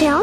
聊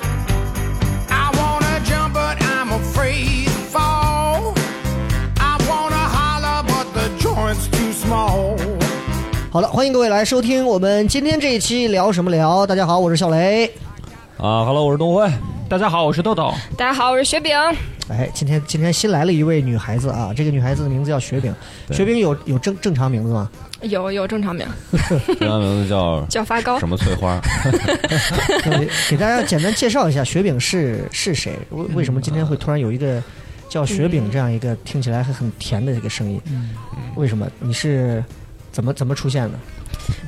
I wanna jump, but I'm afraid to fall. I wanna holler, but the joint's too small. 好了，欢迎各位来收听我们今天这一期聊什么聊。大家好，我是小雷。啊哈喽，我是东辉。大家好，我是豆豆。大家好，我是雪饼。哎，今天今天新来了一位女孩子啊，这个女孩子的名字叫雪饼。雪饼有有正正常名字 吗？有有正常名，中文名字叫叫发糕什。么翠 花？给给大家简单介绍一下，雪饼是是谁？为为什么今天会突然有一个叫雪饼这样一个听起来还很甜的这个声音？为什么？你是怎么怎么出现的？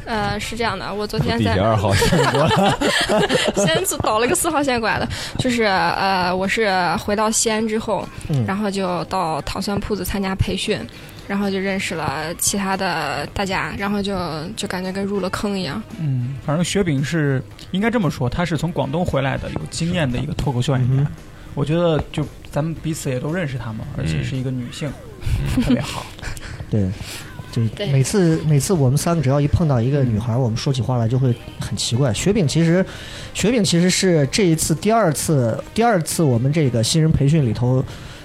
呃，是这样的，我昨地天铁在二 号线过来。 先倒了个四号线过来的，就是呃，我是回到西安之后，嗯然后就到糖蒜铺子参加培训，然后就认识了其他的大家，然后就就感觉跟入了坑一样。嗯，反正雪饼是应该这么说，他是从广东回来的，有经验的一个脱口秀演员。我觉得就咱们彼此也都认识他嘛，而且是一个女性，特别 好。对，就是对嗯每次每次我们三个只要一碰到一个女孩儿，我们说起话来就会很奇怪。雪饼其实，雪饼其实是这一次第二次第二次我们这个新人培训里头，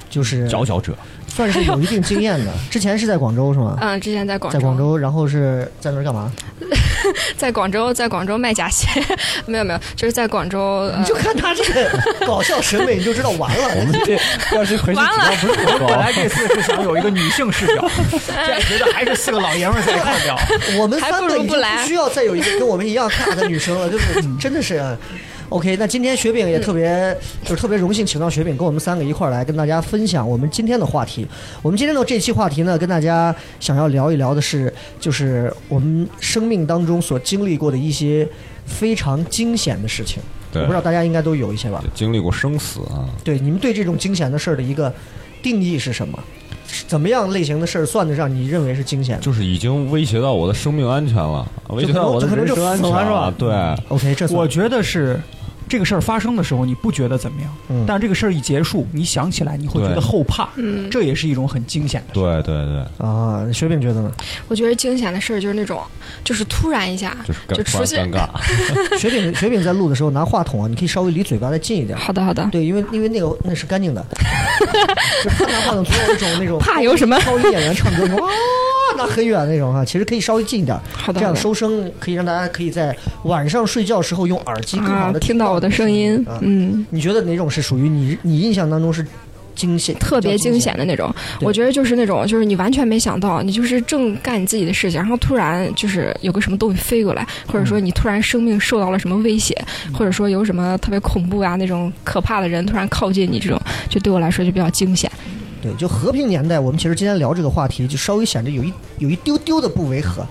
就是佼佼者，算是有一定经验的。之前是在广州是吗？嗯、之前在广州，在广州，然后是在那儿干嘛？在广州，在广州卖假鞋， 没有没有，就是在广州。呃你就看他这个搞笑审美，你就知道完 了。我们这要是回去完了不是我本来这次是想有一个女性视角，但觉得还是四个老爷们儿在一块儿聊。 我们三还不个如已经不来不需要再有一个跟我们一样大的女生了，就是真的是啊。OK，那今天雪饼也特别，就是特别荣幸请到雪饼跟我们三个一块儿来跟大家分享我们今天的话题。我们今天的这期话题呢，跟大家想要聊一聊的是，就是我们生命当中所经历过的一些非常惊险的事情。我对不知道大家应该都有一些吧？经历过生死啊，对，你们对这种惊险的事儿的一个定义是什么？是怎么样类型的事儿算得上你认为是惊险的就是已经威胁到我的生命安全了，威胁到我的人身安就全可能就死了是了吧。对， ？OK，这算 我觉得是这个事儿发生的时候，你不觉得怎么样，嗯但这个事儿一结束，你想起来你会觉得对后怕，这也是一种很惊险的事。对对对，啊，雪饼觉得呢？我觉得惊险的事儿就是那种，就是突然一下就是尴突就出然现尴。尬，雪饼雪饼在录的时候拿话筒啊，你可以稍微离嘴巴再近一点。好的好的，对，因为因为那个那是干净 的，就他拿话筒总有一种那种怕有什么？超级演员唱歌哇，那很远那种哈、其实可以稍微近一点，好的这样好的收声可以让大家可以在晚上睡觉时候用耳机更好啊的，听到我的声音啊，嗯，你觉得哪种是属于你你印象当中是惊险特别惊惊险的那种。对我觉得就是那种，就是你完全没想到，你就是正干你自己的事情，然后突然就是有个什么东西飞过来，或者说你突然生命受到了什么威胁，或者说有什么特别恐怖啊那种可怕的人突然靠近你，这种就对我来说就比较惊险。对，就和平年代，我们其实今天聊这个话题，就稍微显得有一有一丢丢的不违和，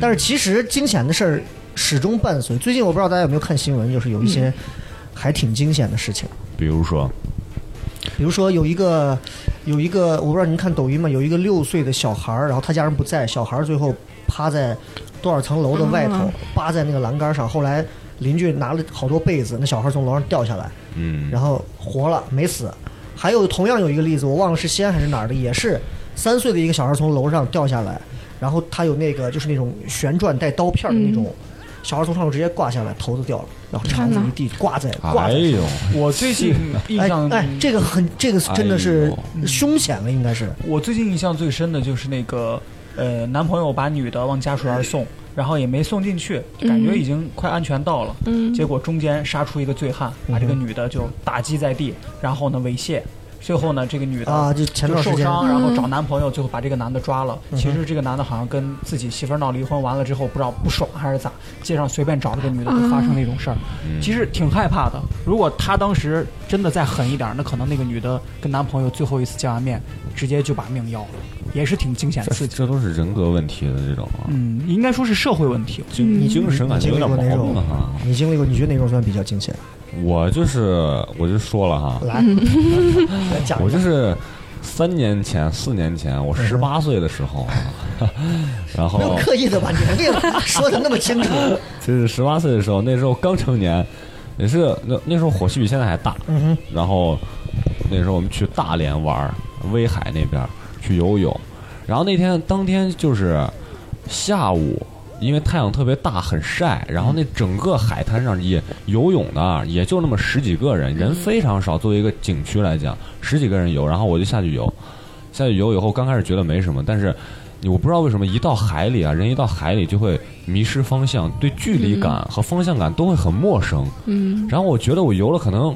但是其实惊险的事儿始终伴随。最近我不知道大家有没有看新闻，就是有一些还挺惊险的事情，比如说，比如说有一个有一个，我不知道您看抖音吗？有一个六岁的小孩儿，然后他家人不在，小孩儿最后趴在多少层楼的外头啊，扒在那个栏杆上，后来邻居拿了好多被子，那小孩儿从楼上掉下来，嗯，然后活了没死。还有同样有一个例子，我忘了是西安还是哪儿的，也是三岁的一个小孩从楼上掉下来，然后他有那个就是那种旋转带刀片的那种，小孩从上头直接挂下来，头都掉了，然后肠子一地挂在挂哎在。呦，我最近印哎象嗯哎，这个很，这个真的是哎凶险了，应该是。我最近印象最深的就是那个，呃，男朋友把女的往家属院送，然后也没送进去，就感觉已经快安全到了。嗯结果中间杀出一个醉汉，把这个女的就打击在地，然后呢猥亵，最后呢这个女的啊就前段时间嗯嗯受伤，然后找男朋友，最后把这个男的抓了。其实这个男的好像跟自己媳妇儿闹离婚，完了之后不知道不爽还是咋，街上随便找了个女的就发生那种事儿，嗯其实挺害怕的。如果他当时真的再狠一点儿，那可能那个女的跟男朋友最后一次见完面，直接就把命要了，也是挺惊险的这 事情。这都是人格问题的这种啊，嗯，应该说是社会问题。精精神感觉有点毛你嗯经历过病那啊。你经历过，你觉得哪种算比较惊险？我就是，我就说了哈，来，来讲一下。我就是三年前、四年前，我十八岁的时候啊，然不用后刻意的把年龄说的那么清楚。就是十八岁的时候，那时候刚成年，也是那那时候火气比现在还大。嗯然后那时候我们去大连玩儿，威海那边儿去游泳。然后那天当天就是下午，因为太阳特别大，很晒。然后那整个海滩上也游泳的也就那么十几个人，人非常少。作为一个景区来讲，十几个人游，然后我就下去游。下去游以后，刚开始觉得没什么，但是我不知道为什么一到海里啊，人一到海里就会迷失方向，对距离感和方向感都会很陌生。嗯，然后我觉得我游了可能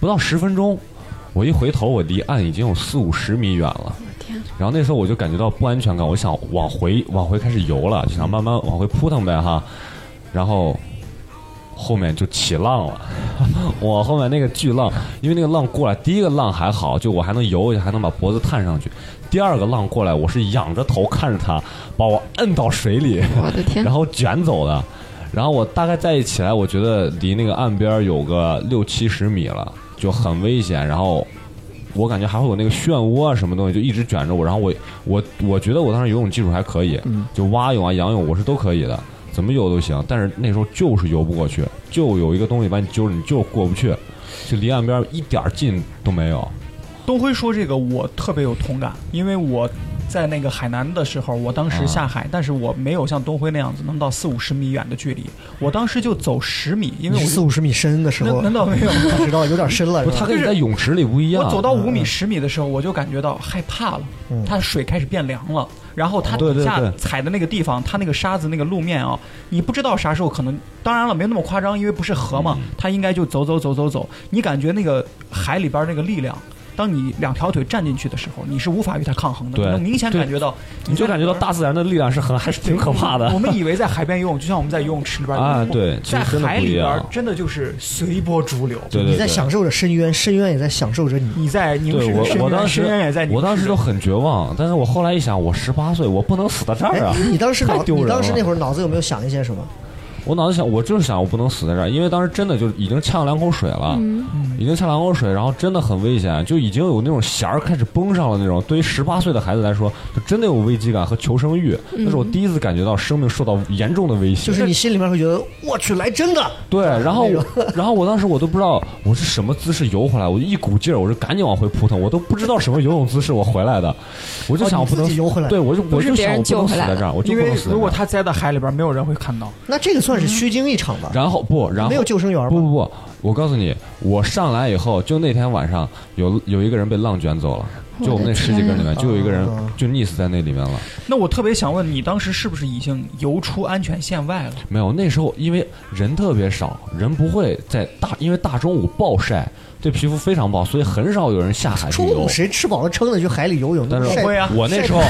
不到十分钟，我一回头，我离岸已经有四五十米远了。天，然后那时候我就感觉到不安全感，我想往回往回开始游了，就想慢慢往回扑腾呗哈。然后后面就起浪了，我后面那个巨浪，因为那个浪过来，第一个浪还好，就我还能游一下，还能把脖子探上去。第二个浪过来，我是仰着头看着它，把我摁到水里。我的天然，后卷走的。然后我大概再一起来，我觉得离那个岸边有个六七十米了，就很危险。然后我感觉还会有那个漩涡啊什么东西，就一直卷着我。然后我我我觉得我当时游泳技术还可以，就蛙泳啊、仰泳我是都可以的，怎么游都行。但是那时候就是游不过去，就有一个东西把你揪着，你就过不去，就离岸边一点儿近都没有。东辉说这个我特别有同感，因为我在那个海南的时候，我当时下海，但是我没有像东辉那样子能到四五十米远的距离，我当时就走十米，因为你我四五十米深的时候难，难道没有？知道有点深了。不，是吧它跟你在泳池里不一样。嗯我走到五米、十米的时候，我就感觉到害怕了，它水开始变凉了，然后它对对底下对踩的那个地方，它那个沙子那个路面啊，你不知道啥时候可能，当然了，没那么夸张，因为不是河嘛，嗯它应该就走走走走走，你感觉那个海里边那个力量。当你两条腿站进去的时候，你是无法与它抗衡的，对你能明显对感觉到，你就感觉到大自然的力量是很还是挺可怕的。我们以为在海边游泳，就像我们在游泳池里边游泳啊对其实在真的海不一里边样真的就是随波逐流。对对对，你在享受着深渊，深渊也在享受着你。你在凝对视我着深，我渊当时深渊也在凝视着你。我当时都很绝望，但是我后来一想，我十八岁，我不能死在这哎 儿啊！，你当时脑，太丢人你当时了那会儿脑子有没有想一些什么？我脑子想，我就是想，我不能死在这儿，因为当时真的就已经呛两口水了，嗯已经呛两口水，然后真的很危险，就已经有那种弦儿开始绷上了那种。对于十八岁的孩子来说，就真的有危机感和求生欲，那是我第一次感觉到生命受到严重的威胁。嗯就是你心里面会觉得，我去，来真的。对，然后那种然后我当时我都不知道我是什么姿势游回来，我就一股劲儿，我就赶紧往回扑腾，我都不知道什么游泳姿势我回来的，我就哦想你我不自能己游回来对我就不我是就别想人我不救能死回来在这儿，我就因不为能死在如果这儿他栽到海里边，没有人会看到。那这个算是虚惊一场吧？然后不，然后没有救生员吧不不不，我告诉你，我上来以后，就那天晚上有有一个人被浪卷走了，就我们那十几个人里面，就有一个人啊就溺死在那里面了。那我特别想问，你当时是不是已经游出安全线外了？没有，那时候因为人特别少，人不会在大，因为大中午暴晒，对皮肤非常不好，所以很少有人下海去中游午。谁吃饱了撑的去海里游泳？那但不是晒会啊我那时候，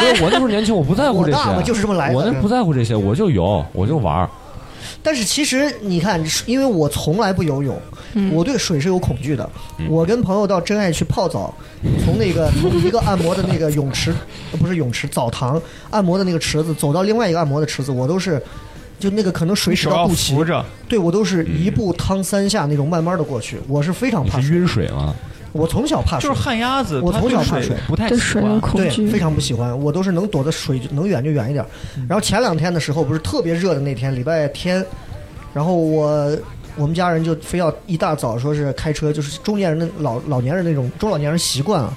因为我那时候年轻，我不在乎这啊我大嘛些，就是这么来的我那不在乎这些，我就游，我就玩儿。但是其实你看，因为我从来不游泳，我对水是有恐惧的。嗯我跟朋友到真爱去泡澡，从那 个从一个按摩的那个泳池，呃不是泳池澡堂按摩的那个池子，走到另外一个按摩的池子，我都是就那个可能水手水到要肚扶脐，着，对我都是一步趟三下那种慢慢的过去。我是非常嗯你怕是水，晕水吗？我从小怕就水是。旱鸭子，我它从小对怕水水不太对喜水有欢。恐对，惧，非常不喜欢。我都是能躲的水，能远就远一点儿。然后前两天的时候，不是特别热的那天，礼拜天，然后我我们家人就非要一大早说是开车，就是中年人的老老年人那种中老年人习惯啊，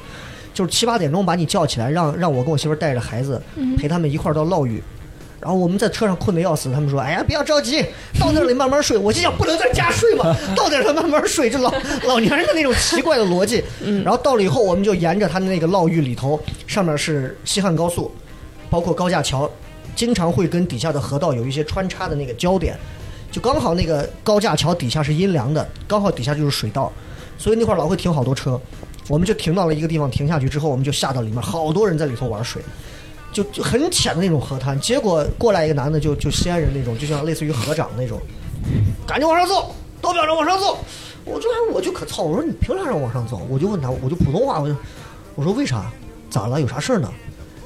就是七八点钟把你叫起来，让让我跟我媳妇儿带着孩子陪他们一块儿到涝雨。然后我们在车上困得要死，他们说：“哎呀，不要着急，到那里慢慢睡。”我心想，不能在家睡嘛，到那儿他慢慢睡，这老老年人的那种奇怪的逻辑。然后到了以后，我们就沿着他的那个涝峪里头，上面是西汉高速，包括高架桥，经常会跟底下的河道有一些穿插的那个交点，就刚好那个高架桥底下是阴凉的，刚好底下就是水道，所以那块儿老会停好多车。我们就停到了一个地方，停下去之后，我们就下到里面，好多人在里头玩水。就就很浅的那种河滩，结果过来一个男的就，就西安人那种，就像类似于河长那种，赶紧往上走，都表着往上走。我就我就可操，我说你凭啥让我往上走？我就问他，我就普通话，我就我说为啥？咋了？有啥事儿呢？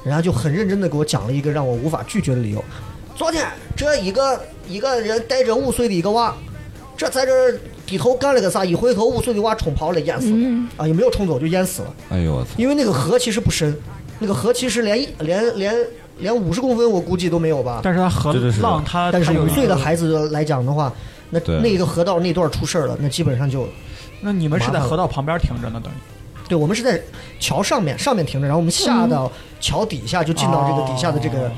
人家就很认真的给我讲了一个让我无法拒绝的理由。昨天这一个一个人带着五岁的一个娃，这在这儿低头干了个啥？一回头，五岁的娃冲跑了，淹死了、啊，也没有冲走，就淹死了。哎呦我操！因为那个河其实不深，那个河其实连一连连连五十公分我估计都没有吧。但是它河这就是浪它，但是它有五一岁个的孩子来讲的话，那对那个河道那段出事儿了，那基本上就，那你们是麻在烦了河道旁边停着呢，等于对我们是在桥上面上面停着，然后我们下到桥底下就进到这个底下的这个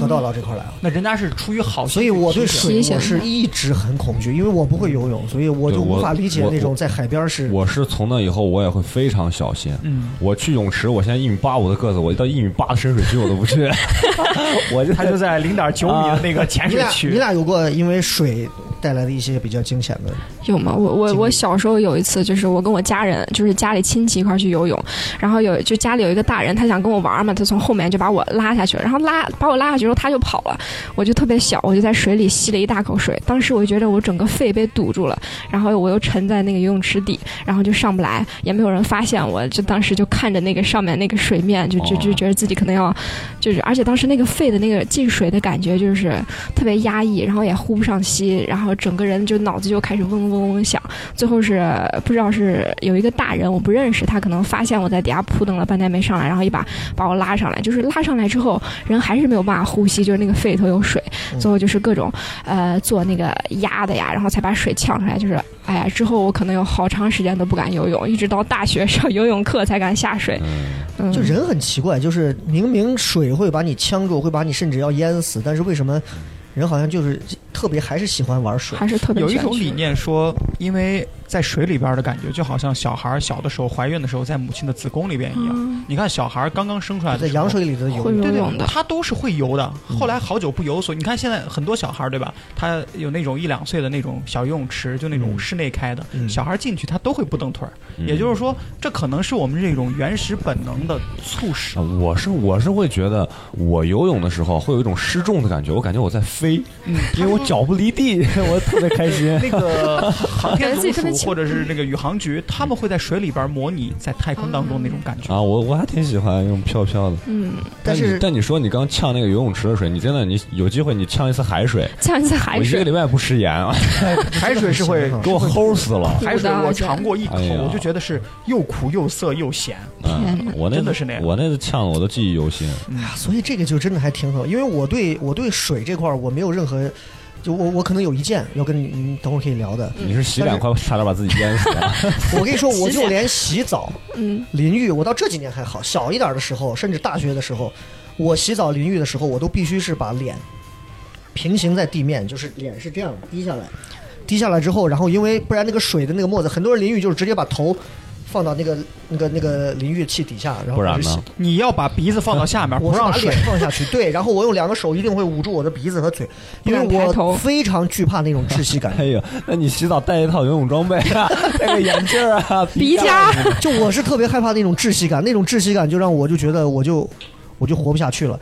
河道到这块儿来了。那人家是出于好心，所以我对水提醒我是一直很恐惧，因为我不会游泳，所以我就对我无法理解我那种在海边儿是。我是从那以后我也会非常小心。嗯，我去泳池，我现在一米八五的个子，我到一米八的深水区我都不去， 我就他就在零点九米的那个潜你水俩啊你区，俩有过因为水带来的一些比较惊险的，有吗？我我经历我小时候有一次，就是我跟我家人，就是家里亲戚一块儿去游泳，然后有就家里有一个大人，他想跟我玩儿嘛，他从后面就把我拉下去了，然后拉把我拉下去之后他就跑了，我就特别小，我就在水里吸了一大口水，当时我就觉得我整个肺被堵住了，然后我又沉在那个游泳池底，然后就上不来，也没有人发现我，就当时就看着那个上面那个水面，就就就哦觉得自己可能要，就是而且当时那个肺的那个进水的感觉就是特别压抑，然后也呼不上气，然后整个人就脑子就开始嗡嗡嗡响。最后是不知道是有一个大人我不认识，他可能发现我在底下扑腾了半天没上来，然后一把把我拉上来。就是拉上来之后，人还是没有办法呼吸，就是那个肺里头有水。嗯最后就是各种呃做那个压的呀，然后才把水呛出来。就是哎呀，之后我可能有好长时间都不敢游泳，一直到大学上 游泳课才敢下水。嗯，就人很奇怪，就是明明水会把你呛住，会把你甚至要淹死，但是为什么人好像就是特别还是喜欢玩水？嗯还是特别有一喜欢种去理念说，因为在水里边的感觉，就好像小孩儿小的时候怀孕的时候在母亲的子宫里边一嗯样。你看小孩儿刚刚生出来在的时候羊水里头游会泳，对游对泳的，他都是会游的。后来好久不游，所以你看现在很多小孩儿，对吧？他有那种一两岁的那种小游泳池，就那种室内开的，嗯小孩儿进去他都会不蹬腿儿。也就是说，这可能是我们这种原始本能的促使 啊。我是我是会觉得，我游泳的时候会有一种失重的感觉，我感觉我在飞，因为我脚不离地， 我特别开心。 那个航天 感觉自己特总别署轻或者是那个宇航局，他们会在水里边模拟在太空当中那种感觉。啊，我我还挺喜欢用飘飘的，嗯，但你是但你说你刚呛那个游泳池的水，你真的你有机会你呛一次海水，这样一次海我一个水礼拜不食盐 啊， 海水是 会给我齁死了。海苦水的我而且尝过一口，哎呀我就觉得是又苦又涩又咸。嗯，我那真的次是那样我那次呛的我都记忆犹新。啊所以这个就真的还挺好，因为我对我对水这块儿我没有任何，就我我可能有一件要跟你你等会儿可以聊的，你是洗脸快差点把自己淹死了，我跟你 说，我就连洗澡、嗯淋浴，我到这几年还好，小一点的时候，甚至大学的时候，我洗澡淋浴的时候，我都必须是把脸平行在地面，就是脸是这样低下来，低下来之后，然后因为不然那个水的那个沫子，很多人淋浴就是直接把头放到那个那个那个淋浴器底下，然后不然就洗呢？你要把鼻子放到 下面，我不是把让水脸。放下去，对，然后我用两个手一定会捂住我的鼻子和嘴，因为不敢抬头我非常惧怕那种窒息感。哎呦，那你洗澡带一套游泳装备啊， 戴个眼镜儿啊，鼻夹， 就我是特别害怕那种窒息感，那种窒息感就让我就觉得我就我就活不下去了。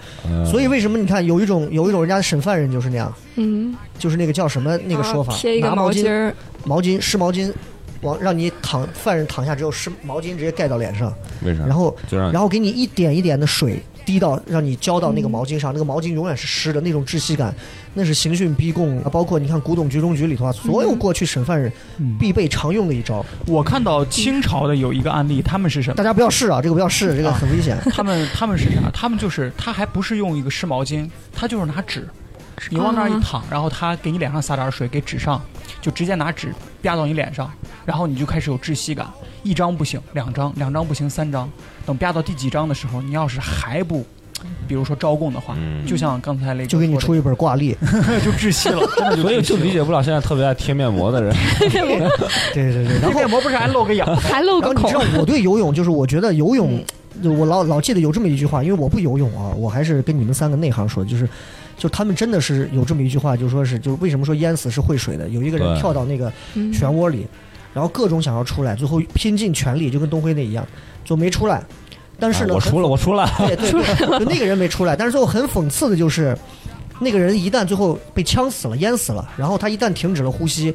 所以为什么你看有一种有一种人家审犯人就是那样，嗯，就是那个叫什么那个说法，啊贴一个拿毛毛巾巾 儿，毛巾湿毛巾。往让你躺，犯人躺下之后，湿毛巾直接盖到脸上，为啥？然后就让你然后给你一点一点的水滴到，让你浇到那个毛巾上，那个毛巾永远是湿的，那种窒息感，那是刑讯逼供啊，包括你看古董局中局里头啊，嗯所有过去审犯人 必备常用的一招，我看到清朝的有一个案例，他们是什么大？家不要试啊，这个不要试，这个很危 险。他们他们是啥？他们就是他还不是用一个湿毛巾，他就是拿纸，你往那儿一躺，啊然后他给你脸上撒点水，给纸上，就直接拿纸啪到你脸上，然后你就开始有窒息感，一张不行，两张，两张不行，三张，等啪到第几张的时候，你要是还不，比如说招供的话，嗯就像刚才雷哥嗯就给你说出一本挂历，的就窒 息了，真的就所以窒息就了理解不了现在特别爱贴面膜的 人。 对对对，然后面膜不是还露个眼？ 还露然后个你口知，道我对游泳就是，我觉得游泳，就我老老记得有这么一句话，因为我不游泳啊，我还是跟你们三个内行说，就是，就他们真的是有这么一句话，就说是，就是为什么说淹死是会水的？有一个人对跳到那个漩涡里，然后各种想要出来，最后拼尽全力，就跟东辉那一样，就没出来。但是啊呢，我出了，我出了。很对对对，就那个人没出来，但是最后很讽刺的就是，那个人一旦最后被呛死了、淹死了，然后他一旦停止了呼吸，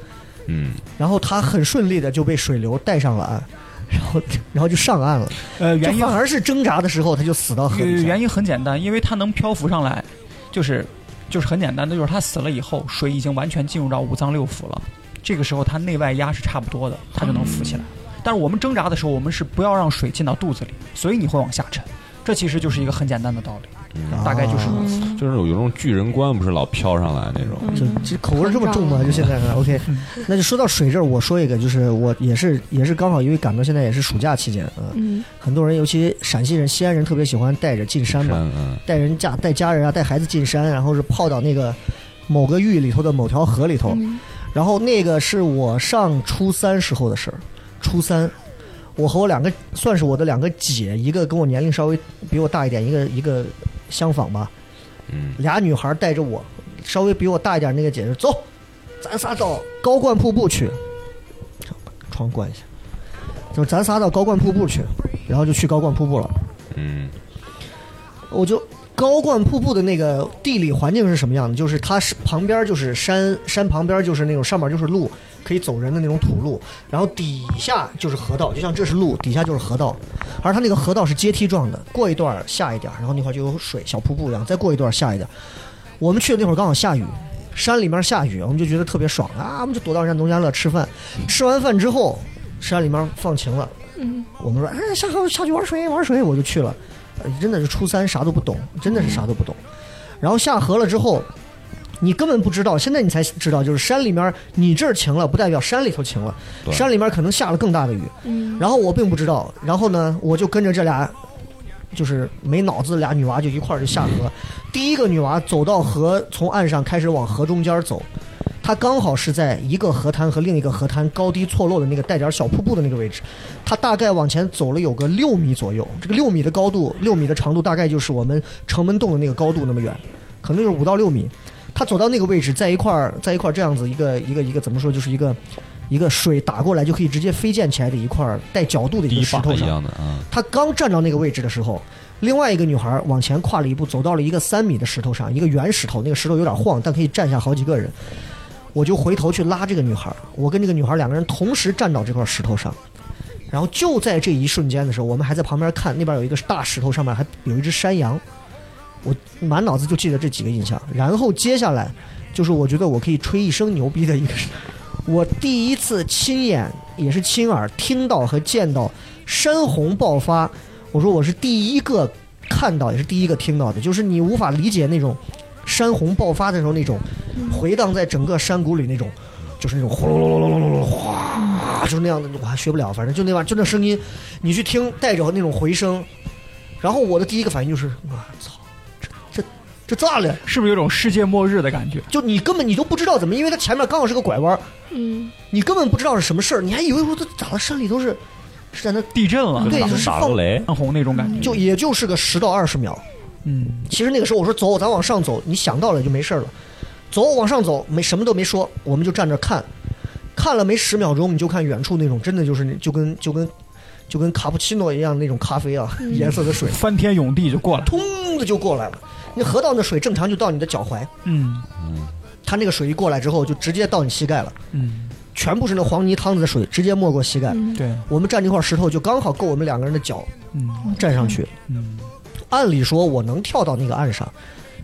嗯，然后他很顺利的就被水流带上了岸，然后然后就上岸了。呃，就原因反而是挣扎的时候他就死到河呃啊底下。原因很简单，因为它能漂浮上来，就是就是很简单的，就是它死了以后，水已经完全进入到五脏六腑了，这个时候它内外压是差不多的，嗯它就能浮起来。但是我们挣扎的时候，我们是不要让水进到肚子里，所以你会往下沉。这其实就是一个很简单的道理，大概就是啊如此。嗯就是有有种巨人观，不是老飘上来那种。就这口味这么重吗？就现在呢？OK，那就说到水这儿，我说一个，就是我也是也是刚好因为赶到现在也是暑假期间，嗯，嗯，很多人尤其陕西人、西安人特别喜欢带着进山嘛，嗯嗯，带人家带家人啊，带孩子进山，然后是泡到那个某个峪里头的某条河里头，嗯然后那个是我上初三时候的事儿，初三。我和我两个算是我的两个姐，一个跟我年龄稍微比我大一点，一个一个相仿吧，嗯，俩女孩带着我，稍微比我大一点那个姐姐走，咱仨到高灌瀑布去。窗关一下，就是咱仨到高灌瀑布去，然后就去高灌瀑布了。嗯我就高灌瀑布的那个地理环境是什么样的？就是它是旁边就是山，山旁边就是那种上面就是路，可以走人的那种土路，然后底下就是河道，就像这是路，底下就是河道，而它那个河道是阶梯状的，过一段儿下一点儿，然后那块儿就有水，小瀑布一样，再过一段儿下一点儿。我们去的那会儿刚好下雨，山里面下雨，我们就觉得特别爽啊，我们就躲到人家农家乐吃饭，吃完饭之后，山里面放晴了，我们说，哎，下河下去玩水玩水，我就去了。呃真的是初三啥都不懂，真的是啥都不懂。然后下河了之后，你根本不知道，现在你才知道，就是山里面你这儿晴了，不代表山里头晴了，对山里面可能下了更大的雨。嗯然后我并不知道，然后呢，我就跟着这俩。就是没脑子的俩女娃就一块儿就下河，第一个女娃走到河，从岸上开始往河中间儿走，它刚好是在一个河滩和另一个河滩高低错落的那个带点儿小瀑布的那个位置，它大概往前走了有个六米左右，这个六米的高度、六米的长度大概就是我们城门洞的那个高度那么远，可能就是五到六米。它走到那个位置，在一块儿，在一块儿这样子一个一个一个怎么说，就是一个一个水打过来就可以直接飞溅起来的一块儿带角度的一堤个石坝头一上。样的啊，她刚站到那个位置的时候，另外一个女孩往前跨了一步，走到了一个三米的石头上，一个圆石头，那个石头有点晃，但可以站下好几个人。我就回头去拉这个女孩，我跟这个女孩两个人同时站到这块石头上，然后就在这一瞬间的时候，我们还在旁边看，那边有一个大石头，上面还有一只山羊，我满脑子就记得这几个印象。然后接下来就是我觉得我可以吹一声牛逼的一个事，我第一次亲眼也是亲耳听到和见到山洪爆发，我说我是第一个看到，也是第一个听到的，就是你无法理解那种山洪爆发的时候那种回荡在整个山谷里那种，就是那种轰隆隆隆隆隆隆隆哗，就是那样的，我还学不了，反正就那玩意儿，就那声音，你去听带着那种回声，然后我的第一个反应就是，我操，这这这咋了？是不是有种世界末日的感觉？就你根本你都不知道怎么，因为它前面刚好是个拐弯，嗯，你根本不知道是什么事儿，你还以为说这咋了，山里头是是在那地震了，对就是打放着雷，泛红那种感觉。就也就是个十到二十秒。嗯，其实那个时候我说走，咱往上走，你想到了就没事儿了，走往上走，没什么都没说，我们就站这儿看，看了没十秒钟，你就看远处那种真的就是那就跟就跟就跟卡布奇诺一样那种咖啡啊、颜色的水，翻天涌地就过来了。通的就过来了。那河道那水正常就到你的脚踝，嗯它那个水一过来之后就直接到你膝盖了，嗯，全部是那黄泥汤子的水，直接没过膝盖。对，我们站这块石头就刚好够我们两个人的脚嗯站上去。嗯，按理说我能跳到那个岸上，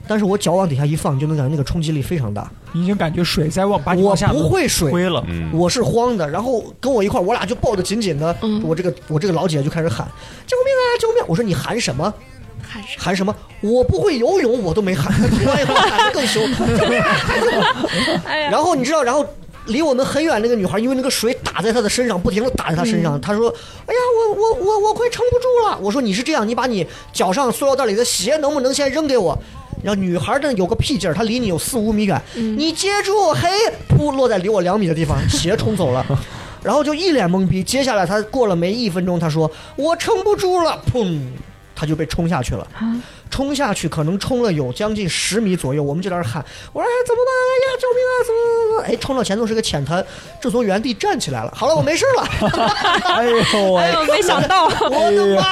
但是我脚往底下一放，就能感觉那个冲击力非常大。你已经感觉水在往把你我往下不会水推了。嗯，我是慌的，然后跟我一块儿，我俩就抱得紧紧的。我这个我这个老姐就开始喊救命啊救命啊！我说你喊什么？还是喊什么？我不会游泳，我都没喊，我也不喊得更凶。救命啊！哎呀然后你知道，然后离我们很远那个女孩，因为那个水打在她的身上，不停的打在她身上，她说：“哎呀，我我我我快撑不住了。”我说：“你是这样，你把你脚上塑料袋里的鞋能不能先扔给我？”然后女孩呢有个屁劲儿，她离你有四五米远，你接住，嘿，噗，落在离我两米的地方，鞋冲走了。然后就一脸懵逼。接下来她过了没一分钟，她说：“我撑不住了！”砰，她就被冲下去了。冲下去可能冲了有将近十米左右，我们就在那儿喊：“我说哎怎么办？哎呀，救命啊！怎么怎么怎么？”哎，冲到前头是个浅滩，这从原地站起来了。好了，我没事 了。哎呦哎呦，没想到，我的妈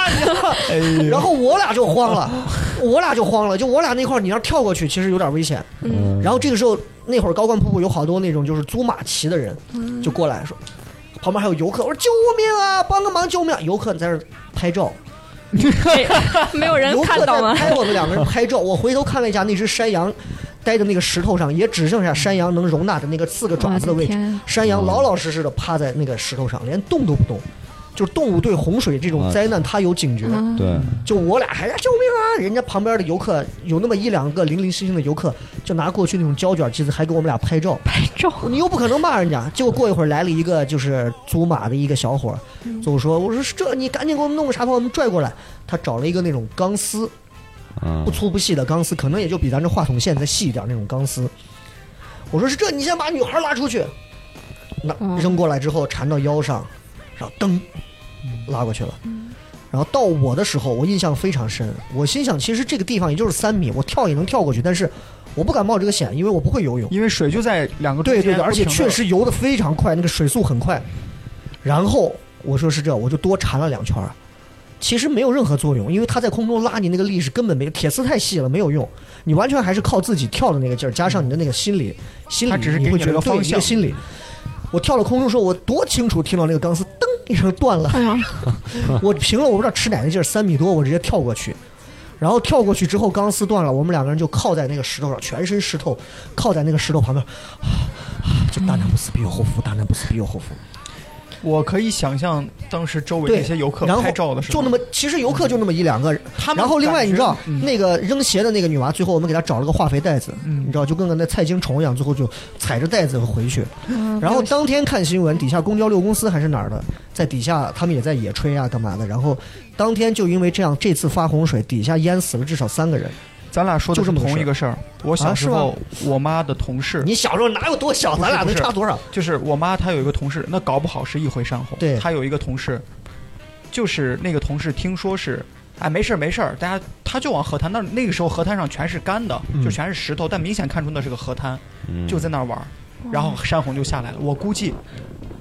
哎呀！然后我俩就慌了，我俩就慌了，就我俩那块儿，你要跳过去其实有点危险。嗯然后这个时候，那会儿高灌瀑布有好多那种就是租马骑的人就过来说，旁边还有游客，我说救命啊，帮个忙救命啊！游客在那儿拍照，没没有人游客看在到啊吗？拍我们两个人拍照，我回头看了一下那只山羊。待的那个石头上，也只剩下山羊能容纳的那个四个爪子的位我置的天。山羊老老实实的趴在那个石头上，连动都不动。就是动物对洪水这种灾难它有警觉。嗯对，就我俩还在救命啊！人家旁边的游客有那么一两个零零星星的游客，就拿过去那种胶卷机子，还给我们俩拍照。拍照，你又不可能骂人家。结果过一会儿来了一个就是租马的一个小伙儿，嗯就说：“我说这你赶紧给我们弄个啥把我们拽过来。”他找了一个那种钢丝，嗯不，粗不细的钢丝，可能也就比咱这话筒线再细一点那种钢丝。我说是这，你先把女孩拉出去，那嗯扔过来之后缠到腰上，然后噔拉过去了。然后到我的时候，我印象非常深。我心想，其实这个地方也就是三米，我跳也能跳过去，但是我不敢冒这个险，因为我不会游泳。因为水就在两个中对间对对，而且不停确地实游得非常快，那个水速很快。然后我说是这，我就多缠了两圈儿，其实没有任何作用，因为它在空中拉你那个力是根本没，铁丝太细了没有用，你完全还是靠自己跳的那个劲儿，加上你的那个心理，心它理只是你给会你觉了得个对方一个向心理。我跳了空中时候，我多清楚听到那个钢丝噔一声断了， 哎呀，我凭了我不知道吃哪个劲儿，三米多我直接跳过去，然后跳过去之后钢丝断了，我们两个人就靠在那个石头上，全身湿透，靠在那个石头旁边， 啊啊、就大难不死必有后福，大难不死必有后福。我可以想象当时周围对，那些游客然后拍照的时候，就那么，其实游客就那么一两个，他们然后另外感你觉知道、嗯那个扔鞋的那个女娃，最后我们给她找了个化肥袋子，嗯你知道就跟个那菜金虫一样，最后就踩着袋子回去。嗯然后当天看新闻，底下公交六公司还是哪儿的，在底下他们也在野炊啊干嘛的，然后当天就因为这样，这次发洪水底下淹死了至少三个人。咱俩说的就是这么个同一个事儿。我小啊时是吗候，我妈的同事，你小时候哪有多小，不是咱俩不能是差多少？就是我妈，她有一个同事，那搞不好是一回山洪。对她有一个同事，就是那个同事听说是，哎，没事儿没事儿，大家他就往河滩那儿那个时候河滩上全是干的，嗯就全是石头，但明显看出那是个河滩，嗯就在那儿玩儿，然后山洪就下来了。我估计，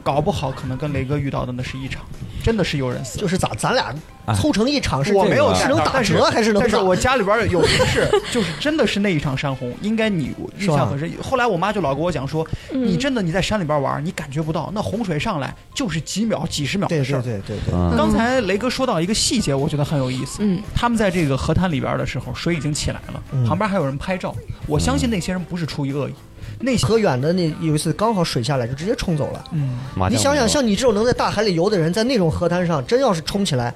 搞不好可能跟雷哥遇到的那是一场，真的是有人死了。就是咋，咱俩哎凑成一场是我这没个有是看能到打但是折还是能但是咋我家里边儿有同事，就是真的是那一场山洪，应该你我印是吧象很深。后来我妈就老跟我讲说，嗯你真的你在山里边玩儿，你感觉不到，那洪水上来就是几秒、几十秒对的事对儿。对对对，嗯刚才雷哥说到一个细节，我觉得很有意思。嗯，他们在这个河滩里边儿的时候，水已经起来了，嗯旁边还有人拍照。我相信那些人不是出于恶意，那些可远的那有一次刚好水下来就直接冲走了。嗯，麻你将想没有想，像你这种能在大海里游的人，在那种河滩上，真要是冲起来，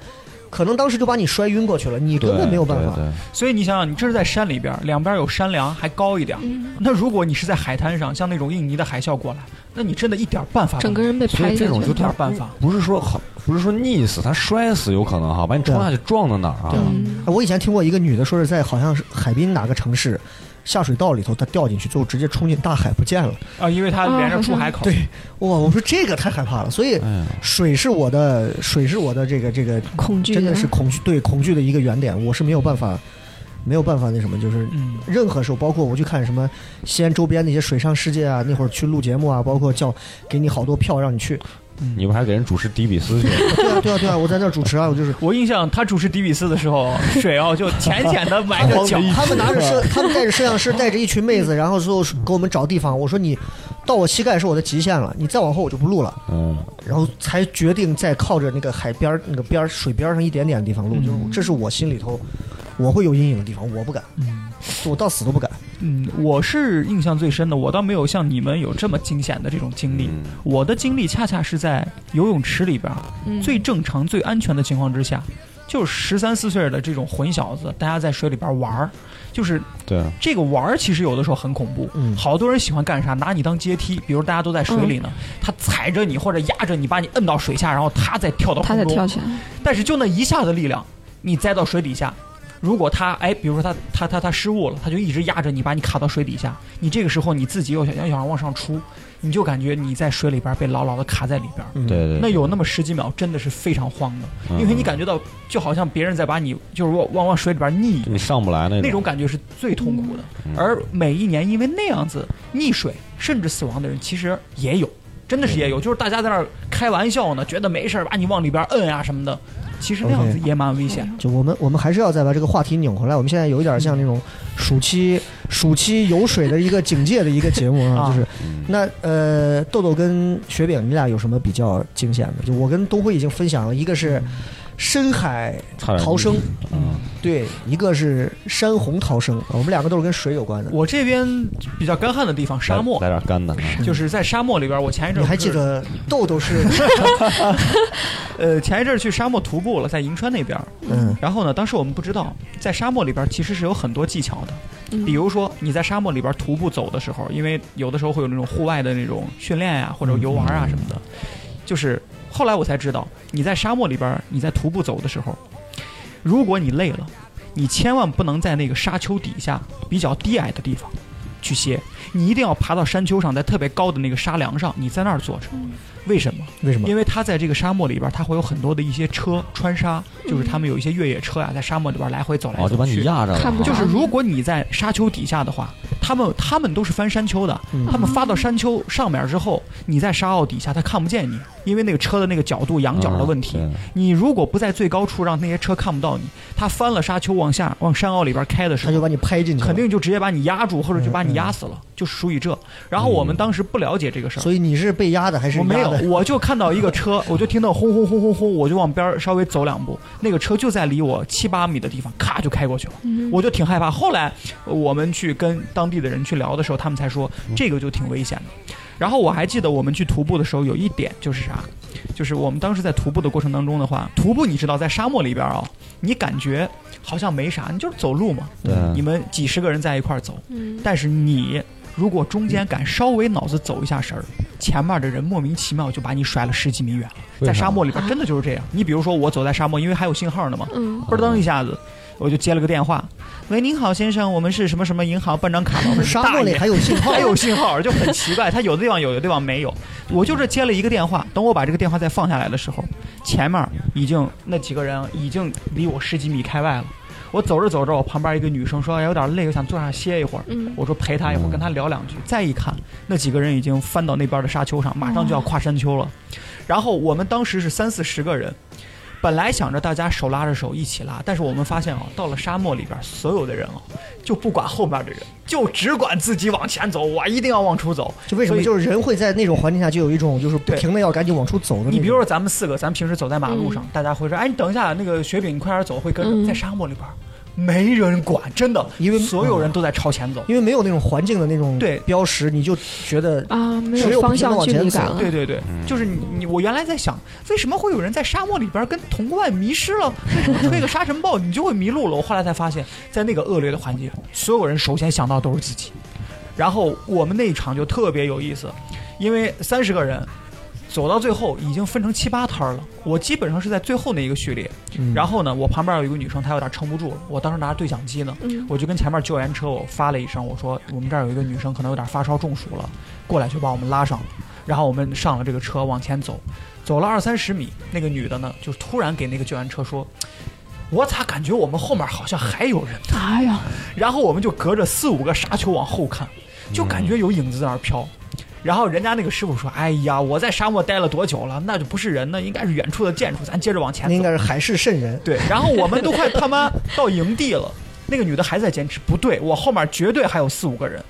可能当时就把你摔晕过去了，你对根本没有办法对。对 所以你想想，你这是在山里边儿，两边有山梁，还高一点儿。嗯那如果你是在海滩上，像那种印尼的海啸过来，那你真的一点儿办啊法都整没个有人被所拍以这下去种就有点他儿办法不是说好，不是说溺死，他摔死有可能哈，把你冲下去撞到哪儿啊？嗯哎我以前听过一个女的说是在好像是海滨哪个城市下水道里头，她掉进去，最后直接冲进大海不见了。啊，因为它连哦着出海口。对，哇，我说这个太害怕了。所以哎呀，水是我的，水是我的这个这个恐惧真的是恐惧，对恐惧的一个原点，我是没有办法，没有办法那什么，就是嗯任何时候，包括我去看什么西安周边那些水上世界啊，那会儿去录节目啊，包括叫给你好多票让你去，你不还给人主持迪比斯 去？对啊对啊对啊，我在那儿主持啊，我就是。，我印象他主持迪比斯的时候，水哦就浅浅的崴着脚 他们拿着摄，他们带着摄像师，带着一群妹子，然后最后给我们找地方。我说你到我膝盖是我的极限了，你再往后我就不录了。嗯，然后才决定再靠着那个海边儿、那个边儿、水边儿上一点点的地方录，就是这是我心里头我会有阴影的地方，我不敢，我到死都不敢。嗯，我是印象最深的，我倒没有像你们有这么惊险的这种经嗯历。我的经历恰恰是在游泳池里边儿、嗯最正常、最安全的情况之下，就是十三四岁的这种混小子，大家在水里边玩儿，就是对，这个玩儿其实有的时候很恐怖，嗯好多人喜欢干啥？拿你当阶梯，比如大家都在水里呢，他踩着你或者压着你，把你摁到水下，然后他再跳到他空才中。跳起来，但是就那一下的力量，你栽到水底下，如果他哎，比如说他他他他失误了，他就一直压着你，把你卡到水底下，你这个时候你自己又想要想往上出，你就感觉你在水里边被牢牢的卡在里边。嗯对对，那有那么十几秒，真的是非常慌的，嗯因为你感觉到就好像别人在把你就是往往往水里边溺一样就你上不来那那种感觉是最痛苦的。嗯而每一年因为那样子溺水甚至死亡的人，其实也有，真的是也有，就是大家在那儿开玩笑呢，觉得没事儿把你往里边摁啊什么的，其实那样子 OK 也蛮危险。就我们我们还是要再把这个话题拧回来。我们现在有一点像那种暑嗯期暑期游水的一个警戒的 一个节目啊，啊就是嗯那呃嗯豆豆跟雪饼，你俩有什么比较惊险的？就我跟东辉已经分享了，一个是深海差点逃生，哎嗯，对，一个是山洪逃生，我们两个都是跟水有关的。我这边比较干旱的地方，沙漠来，来点干的，嗯就是在沙漠里边。我前一阵你儿还不记是得豆豆是呃，前一阵儿去沙漠徒步了，在银川那边儿。 嗯然后呢，当时我们不知道，在沙漠里边儿其实是有很多技巧的。比如说你在沙漠里边儿徒步走的时候，因为有的时候会有那种户外的那种训练呀、或者游玩啊什么嗯的。就是后来我才知道，你在沙漠里边儿，你在徒步走的时候，如果你累了，你千万不能在那个沙丘底下比较低矮的地方去歇，你一定要爬到山丘上，在特别高的那个沙梁上，你在那儿坐着。嗯为什么？为什么？因为它在这个沙漠里边，它会有很多的一些车穿沙，就是他们有一些越野车呀、在沙漠里边来回走嗯来哦，就走把你去。压着了，看不就见是如果你在沙丘底下的话，他们他们都是翻山丘的，他嗯们发到山丘上面之后，你在沙坳底下，他看不见你，因为那个车的那个角度、仰角啊的问题。嗯你如果不在最高处，让那些车看不到你，他翻了沙丘往下往山坳里边开的时他候就，把你嗯拍进去了，肯。定就直接把你压住，或者就把你压死了，就是属于这。然后我们当时不了解这个事儿，嗯所以你是被压的还是我没压有的，？我就看到一个车，我就听到轰轰轰轰轰，我就往边儿稍微走两步，那个车就在离我七八米的地方，咔就开过去了，嗯我就挺害怕。后来我们去跟当地的人去聊的时候，他们才说嗯这个就挺危险的。然后我还记得我们去徒步的时候，有一点就是啥，就是我们当时在徒步的过程当中的话，徒步你知道在沙漠里边啊、你感觉好像没啥，你就是走路嘛，对你们几十个人在一块儿走，嗯但是你如果中间敢稍微脑子走一下神儿，前面的人莫名其妙就把你甩了十几米远了。为啥在沙漠里边真的就是这样。你比如说我走在沙漠，因为还有信号呢嘛，嗯嘣噔一下子我就接了个电话，喂，您好先生，我们是什么什么银行办张卡吗？我说沙漠里大爷还有信号，还有信号，就很奇怪。它有的地方有，有的地方没有。我就是接了一个电话，等我把这个电话再放下来的时候，前面已经那几个人已经离我十几米开外了。我走着走着，我旁边一个女生说哎有点累，我想坐下歇一会儿。嗯我说陪她一会儿，嗯跟她聊两句。再一看，那几个人已经翻到那边的沙丘上，马上就要跨山丘了。然后我们当时是三四十个人，本来想着大家手拉着手一起拉，但是我们发现啊，到了沙漠里边，所有的人啊，就不管后面的人，就只管自己往前走，我一定要往出走。就为什所么以就是人会在那种环境下就有一种就是不停的要赶紧往出走的那种。你比如说咱们四个，咱们平时走在马路嗯上，大家会说：“哎，你等一下，那个雪饼，你快点走，会跟着。嗯在沙漠里边，没人管，真的，因为嗯所有人都在朝前走。因为没有那种环境的那种对标识，你就觉得啊，没只有有不方停地向往距前离走感了。对对对，就是你你我原来在想，为什么会有人在沙漠里边跟同伴迷失了？为什么吹个沙尘暴你就会迷路了？我后来才发现，在那个恶劣的环境，所有人首先想到都是自己。然后我们那一场就特别有意思，因为三十个人走到最后已经分成七八摊儿了，我基本上是在最后那一个序列。嗯然后呢，我旁边有一个女生，她有点撑不住了，我当时拿着对讲机呢，我就跟前面救援车我发了一声，我说我们这儿有一个女生可能有点发烧中暑了，过来去把我们拉上。然后我们上了这个车往前走，走了二三十米，那个女的呢就突然给那个救援车说。我咋感觉我们后面好像还有人？哎呀，然后我们就隔着四五个沙丘往后看，就感觉有影子在那儿飘。然后人家那个师傅说：“哎呀，我在沙漠待了多久了？那就不是人呢，应该是远处的建筑。咱接着往前那走应。”该是海市蜃人。对， 然后我们都快他妈到营地了，那个女的还在坚持，不对，我后面绝对还有四五个人，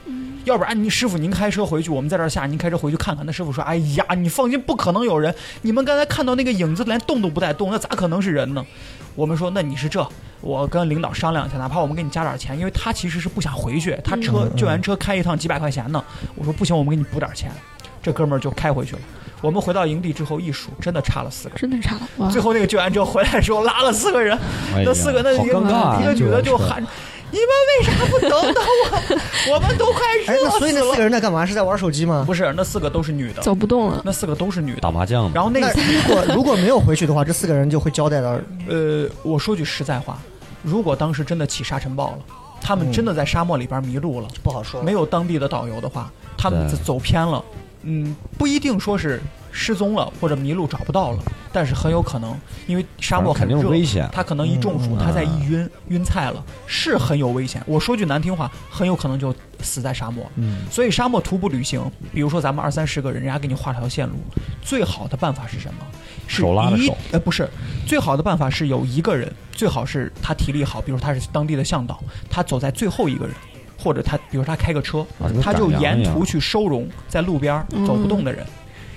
要不然您师傅您开车回去，我们在这儿下，您开车回去看看。那师傅说，哎呀，你放心，不可能有人，你们刚才看到那个影子连动都不带动，那咋可能是人呢？我们说，那你是这，我跟领导商量一下，哪怕我们给你加点钱，因为他其实是不想回去，他车救援车开一趟几百块钱呢。嗯我说不行，我们给你补点钱。这哥们儿就开回去了。我们回到营地之后一数，真的差了四个人。真的差了哇！最后那个救援车回来的时候拉了四个人，哎呀那四个那好一个尴尬啊一个女的救援就车喊：“你们为啥不等等我？我们都快哎，热那所以死那四个了！”人在干嘛？是在玩手机吗？不是，那四个都是女的，走不动了，那四个都是女的打。麻将嘛，然后那那如个果如果没有回去的话，这四个人就会交代到呃，我说句实在话，如果当时真的起沙尘暴了，他嗯们真的在沙漠里边迷路了，不好说。没有当地的导游的话，他们对走偏了，嗯，不一定说是失踪了或者迷路找不到了，但是很有可能，因为沙漠很反正肯定热，危险他可能一中暑，嗯他再一晕晕菜了，是很有危险。我说句难听话，很有可能就死在沙漠了。嗯所以沙漠徒步旅行，比如说咱们二三十个人，人家给你画条线路，最好的办法是什么？是手拉着一手呃，不是，最好的办法是有一个人，最好是他体力好，比如他是当地的向导，他走在最后一个人，或者他，比如他开个车，啊跟他就赶羊沿一样途去收容在嗯路边儿走不动的人，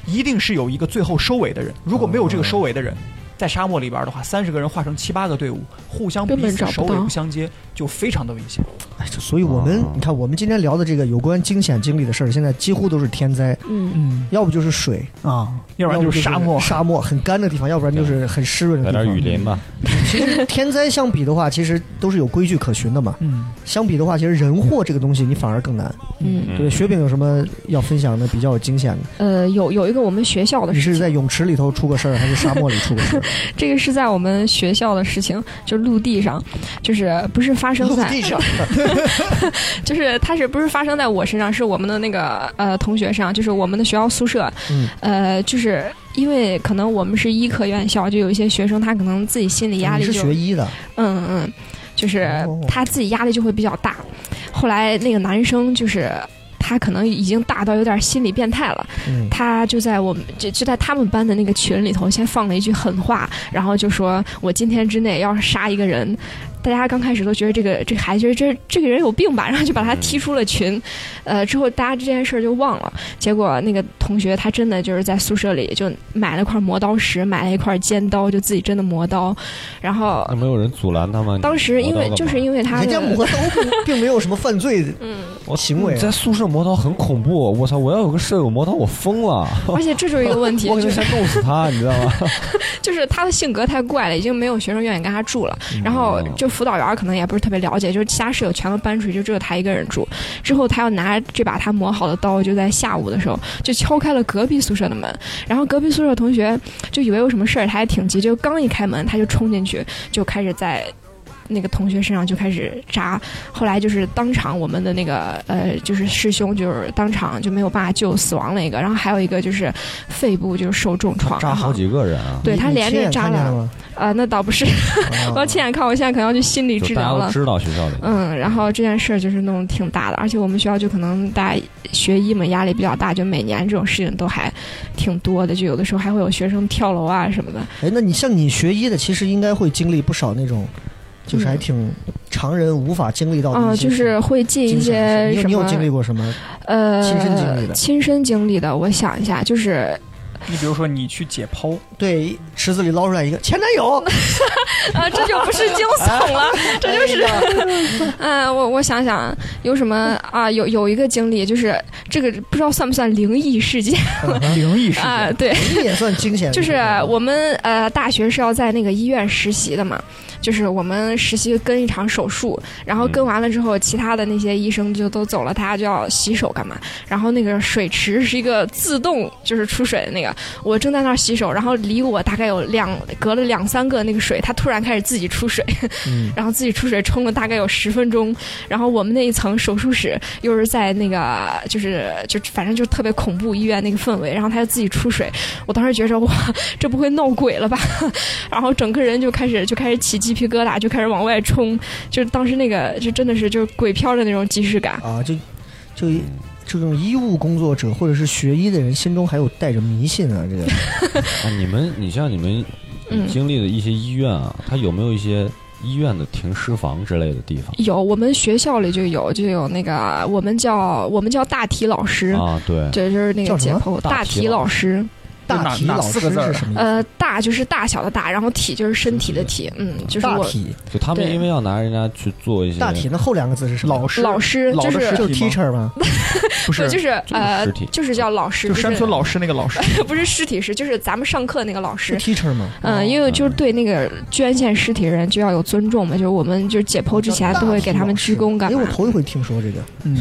一定是有一个最后收尾的人。如果没有这个收尾的人，在沙漠里边的话，三十个人化成七八个队伍，互相根彼本此找不首尾到不相接，就非常的危险。哎，这所以我们、哦你看，我们今天聊的这个有关惊险经历的事儿，现在几乎都是天灾，嗯，嗯要不就是水，啊，要不然要就不是沙漠。沙漠很干的地方，要不然就是很湿润的来地方。点雨林吧，其实天灾相比的话，其实都是有规矩可循的嘛。嗯，相比的话，其实人祸这个东西你反而更难。嗯，对，雪饼有什么要分享的比较有惊险的？呃，有有一个我们学校的你事是情，在泳池里头出个事儿，还是沙漠里出个事儿？这个是在我们学校的事情，就陆地上，就是不是发生陆在地上， 就是它是不是发生在我身上，是我们的那个呃同学上，就是我们的学校宿舍，嗯呃，就是因为可能我们是医科院校，就有一些学生他可能自己心 理压哦你是力就学医的，嗯嗯，就是哦他自己压力就会比较大。后来那个男生就是。他可能已经大到有点心理变态了，嗯，他就在我们就就在他们班的那个群里头先放了一句狠话，然后就说我今天之内要杀一个人。大家刚开始都觉得这个这个孩子觉得这这个人有病吧，然后就把他踢出了群，呃，之后大家这件事儿就忘了。结果那个同学他真的就是在宿舍里就买了块磨刀石，买了一块尖刀，就自己真的磨刀，然后那没有人阻拦他吗？当时因为就是因为他人家的磨刀不并没有什么犯罪嗯，行为你在啊。宿舍磨刀很恐怖，我操！我要有个舍友磨刀，我疯了，而且这就是一个问题，我就肯定是先弄死他，你知道吗？就是他的性格太怪了，已经没有学生愿意跟他住了。 嗯然后就辅导员儿可能也不是特别了解，就是其他室友全都搬出去，就只有他一个人住。之后他要拿这把他磨好的刀，就在下午的时候就敲开了隔壁宿舍的门。然后隔壁宿舍同学就以为有什么事儿，他还挺急，就刚一开门他就冲进去，就开始在。那个同学身上就开始扎，后来就是当场我们的那个呃，就是师兄就是当场就没有办法救，死亡了一个，然后还有一个就是肺部就是受重创，扎好几个人啊！ 对你他你连亲着眼扎看见了了，吗？啊，那倒不是，啊 我要亲眼看，我现在可能要去心理就治大家疗都了。知道学校里，嗯，然后这件事儿就是弄得挺大的，而且我们学校就可能大家学医嘛压力比较大，就每年这种事情都还挺多的，就有的时候还会有学生跳楼啊什么的。哎，那你像你学医的，其实应该会经历不少那种，就是还嗯挺常人无法经历到的啊、一些就是会进一惊险的事你有些什你有经历么过什么？呃亲身经历的亲身经历的，我想一下，就是 你比如说，你去解剖，对，池子里捞出来一个前男 友，啊，这就不是惊 悚了，这就是，嗯，我我想想有什么啊，有有一个经历，就是这个不知道算不算灵异事件灵异事啊？件，对，你也算惊险。就是我们呃大学是要在那个医院实习的嘛，就是我们实习跟一场手术，然后跟完了之后，其他的那些医生就都走了，大家就要洗手干嘛？然后那个水池是一个自动就是出水的那个，我正在那儿洗手，然后离我大概有两隔了两三个那个水，它突然开始自己出水，嗯然后自己出水冲了大概有十分钟，然后我们那一层手术室又是在那个就是就反正就特别恐怖医院那个氛围，然后他就自己出水，我当时觉着哇，这不会闹鬼了吧？ 然后整个人就开始就开始起鸡皮疙瘩，就开始往外冲，就是当时那个就真的是就是鬼片儿的那种即视感。啊，就就这种医务工作者或者是学医的人心中还有带着迷信啊，这 个啊，你们，你像你们嗯经历的一些医院啊，它有没有一些医院的停尸房之类的地方有，我们学校里就有，就有那个我们叫我们叫大体老师，啊？对，对，嗯就是那叫个什解么剖大体体老老师。大体老师哪哪四个字儿啊是什么意思？呃，大就是大小的大，然后体就是身体的体，嗯，就是大我体就他们对因为要拿人家去做一些大体那后两个字是什么？老师，老师老就的是尸就是体吗 teacher 吗？不是对，就是呃尸体，就是叫老师，就不山是村老师那个老师， 不是尸体师，就是咱们上课那个老是师。 teacher 吗？嗯，因为就是对那个捐献尸体的人就要有尊重嘛，就是我们就是解剖之前都会给他们鞠躬干因为嘛哎我。头一回听说这个，嗯，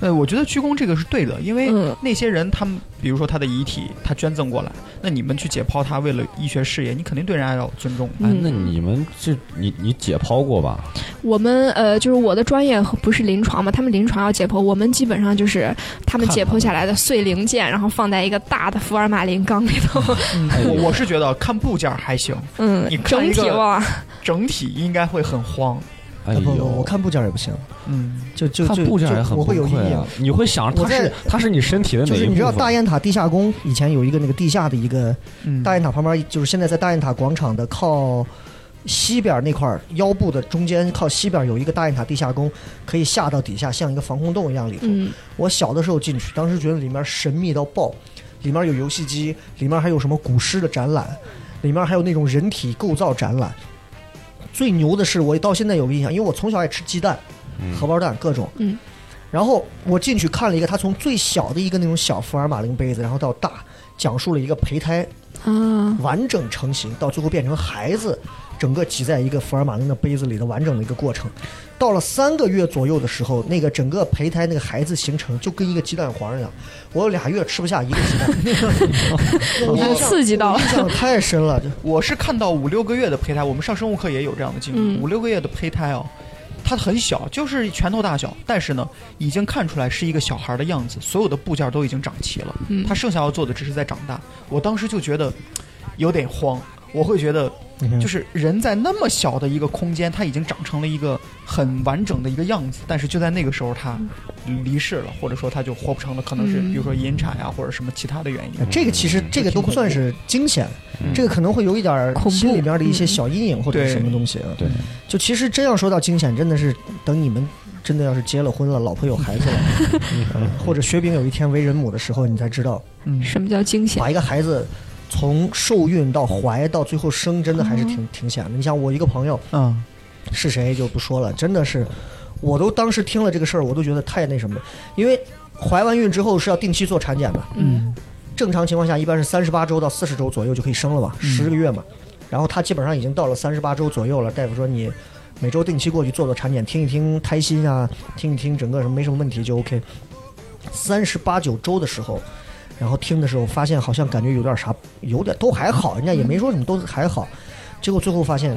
呃，我觉得鞠躬这个是对的，因为嗯那些人他们，比如说他的遗体，他捐赠过来，那你们去解剖他，为了医学事业，你肯定对人家要尊重。哎，嗯那你们这你你解剖过吧？我们呃，就是我的专业不是临床嘛，他们临床要解剖，我们基本上就是他们看解他剖们下来的碎零件，然后放在一个大的福尔马林缸里头，哎我我是觉得看部件还行，嗯你，看整一个体哇，整体应该会很慌。哎啊不呦，不，我看部件也不行，嗯，就就看就部件也就很我会崩有阴溃影啊。！你会想着我它是在它是你身体的就哪一是部你分？啊知道大雁塔地下宫以前有一个那个地下的一个嗯大雁塔旁边就是现在在大雁塔广场的靠西边那块儿腰部的中间靠西边有一个大雁塔地下宫，可以下到底下，像一个防空洞一样里头。嗯，我小的时候进去，当时觉得里面神秘到爆，里面有游戏机，里面还有什么古诗的展览。里面还有那种人体构造展览。最牛的是，我到现在有个印象，因为我从小爱吃鸡蛋、荷包蛋各种。嗯。然后我进去看了一个，他从最小的一个那种小福尔马林杯子，然后到大，讲述了一个胚胎啊，完整成型，到最后变成孩子，整个挤在一个福尔马林的杯子里的完整的一个过程。到了三个月左右的时候，那个整个胚胎那个孩子形成就跟一个鸡蛋黄一样，我有俩月吃不下一个鸡蛋，哎刺激到我印象太深了。就我是看到五六个月的胚胎，我们上生物课也有这样的经历，嗯五六个月的胚胎哦。它很小，就是拳头大小，但是呢，已经看出来是一个小孩的样子，所有的部件都已经长齐了。嗯他剩下要做的只是在长大。我当时就觉得有点慌，我会觉得嗯就是人在那么小的一个空间，他已经长成了一个很完整的一个样子，但是就在那个时候他离世了，或者说他就活不成了，可能是嗯比如说引产呀、或者什么其他的原因。这个其嗯实这个都不算是惊险，这个可能会有一点儿恐怖嗯心里面的一些小阴影或者是对什么东西啊。对，就其实真要说到惊险，真的是等你们真的要是结了婚了，老婆有孩子了， 嗯或者雪饼有一天为人母的时候，你才知道，嗯，什么叫惊险把？一个孩子从受孕到怀到最后生，真的哦还是挺挺险的。你像我一个朋友嗯，是谁就不说了，真的是，我都当时听了这个事儿，我都觉得太那什么了，因为怀完孕之后是要定期做产检的，嗯，正常情况下一般是三十八周到四十周左右就可以生了吧，十个月嘛。然后他基本上已经到了三十八周左右了，大夫说你每周定期过去做做产检，听一听胎心啊，听一听整个什么没什么问题就 OK。三十八九周的时候，然后听的时候发现好像感觉有点啥，有点都还好，人家也没说什么，都还好。结果最后发现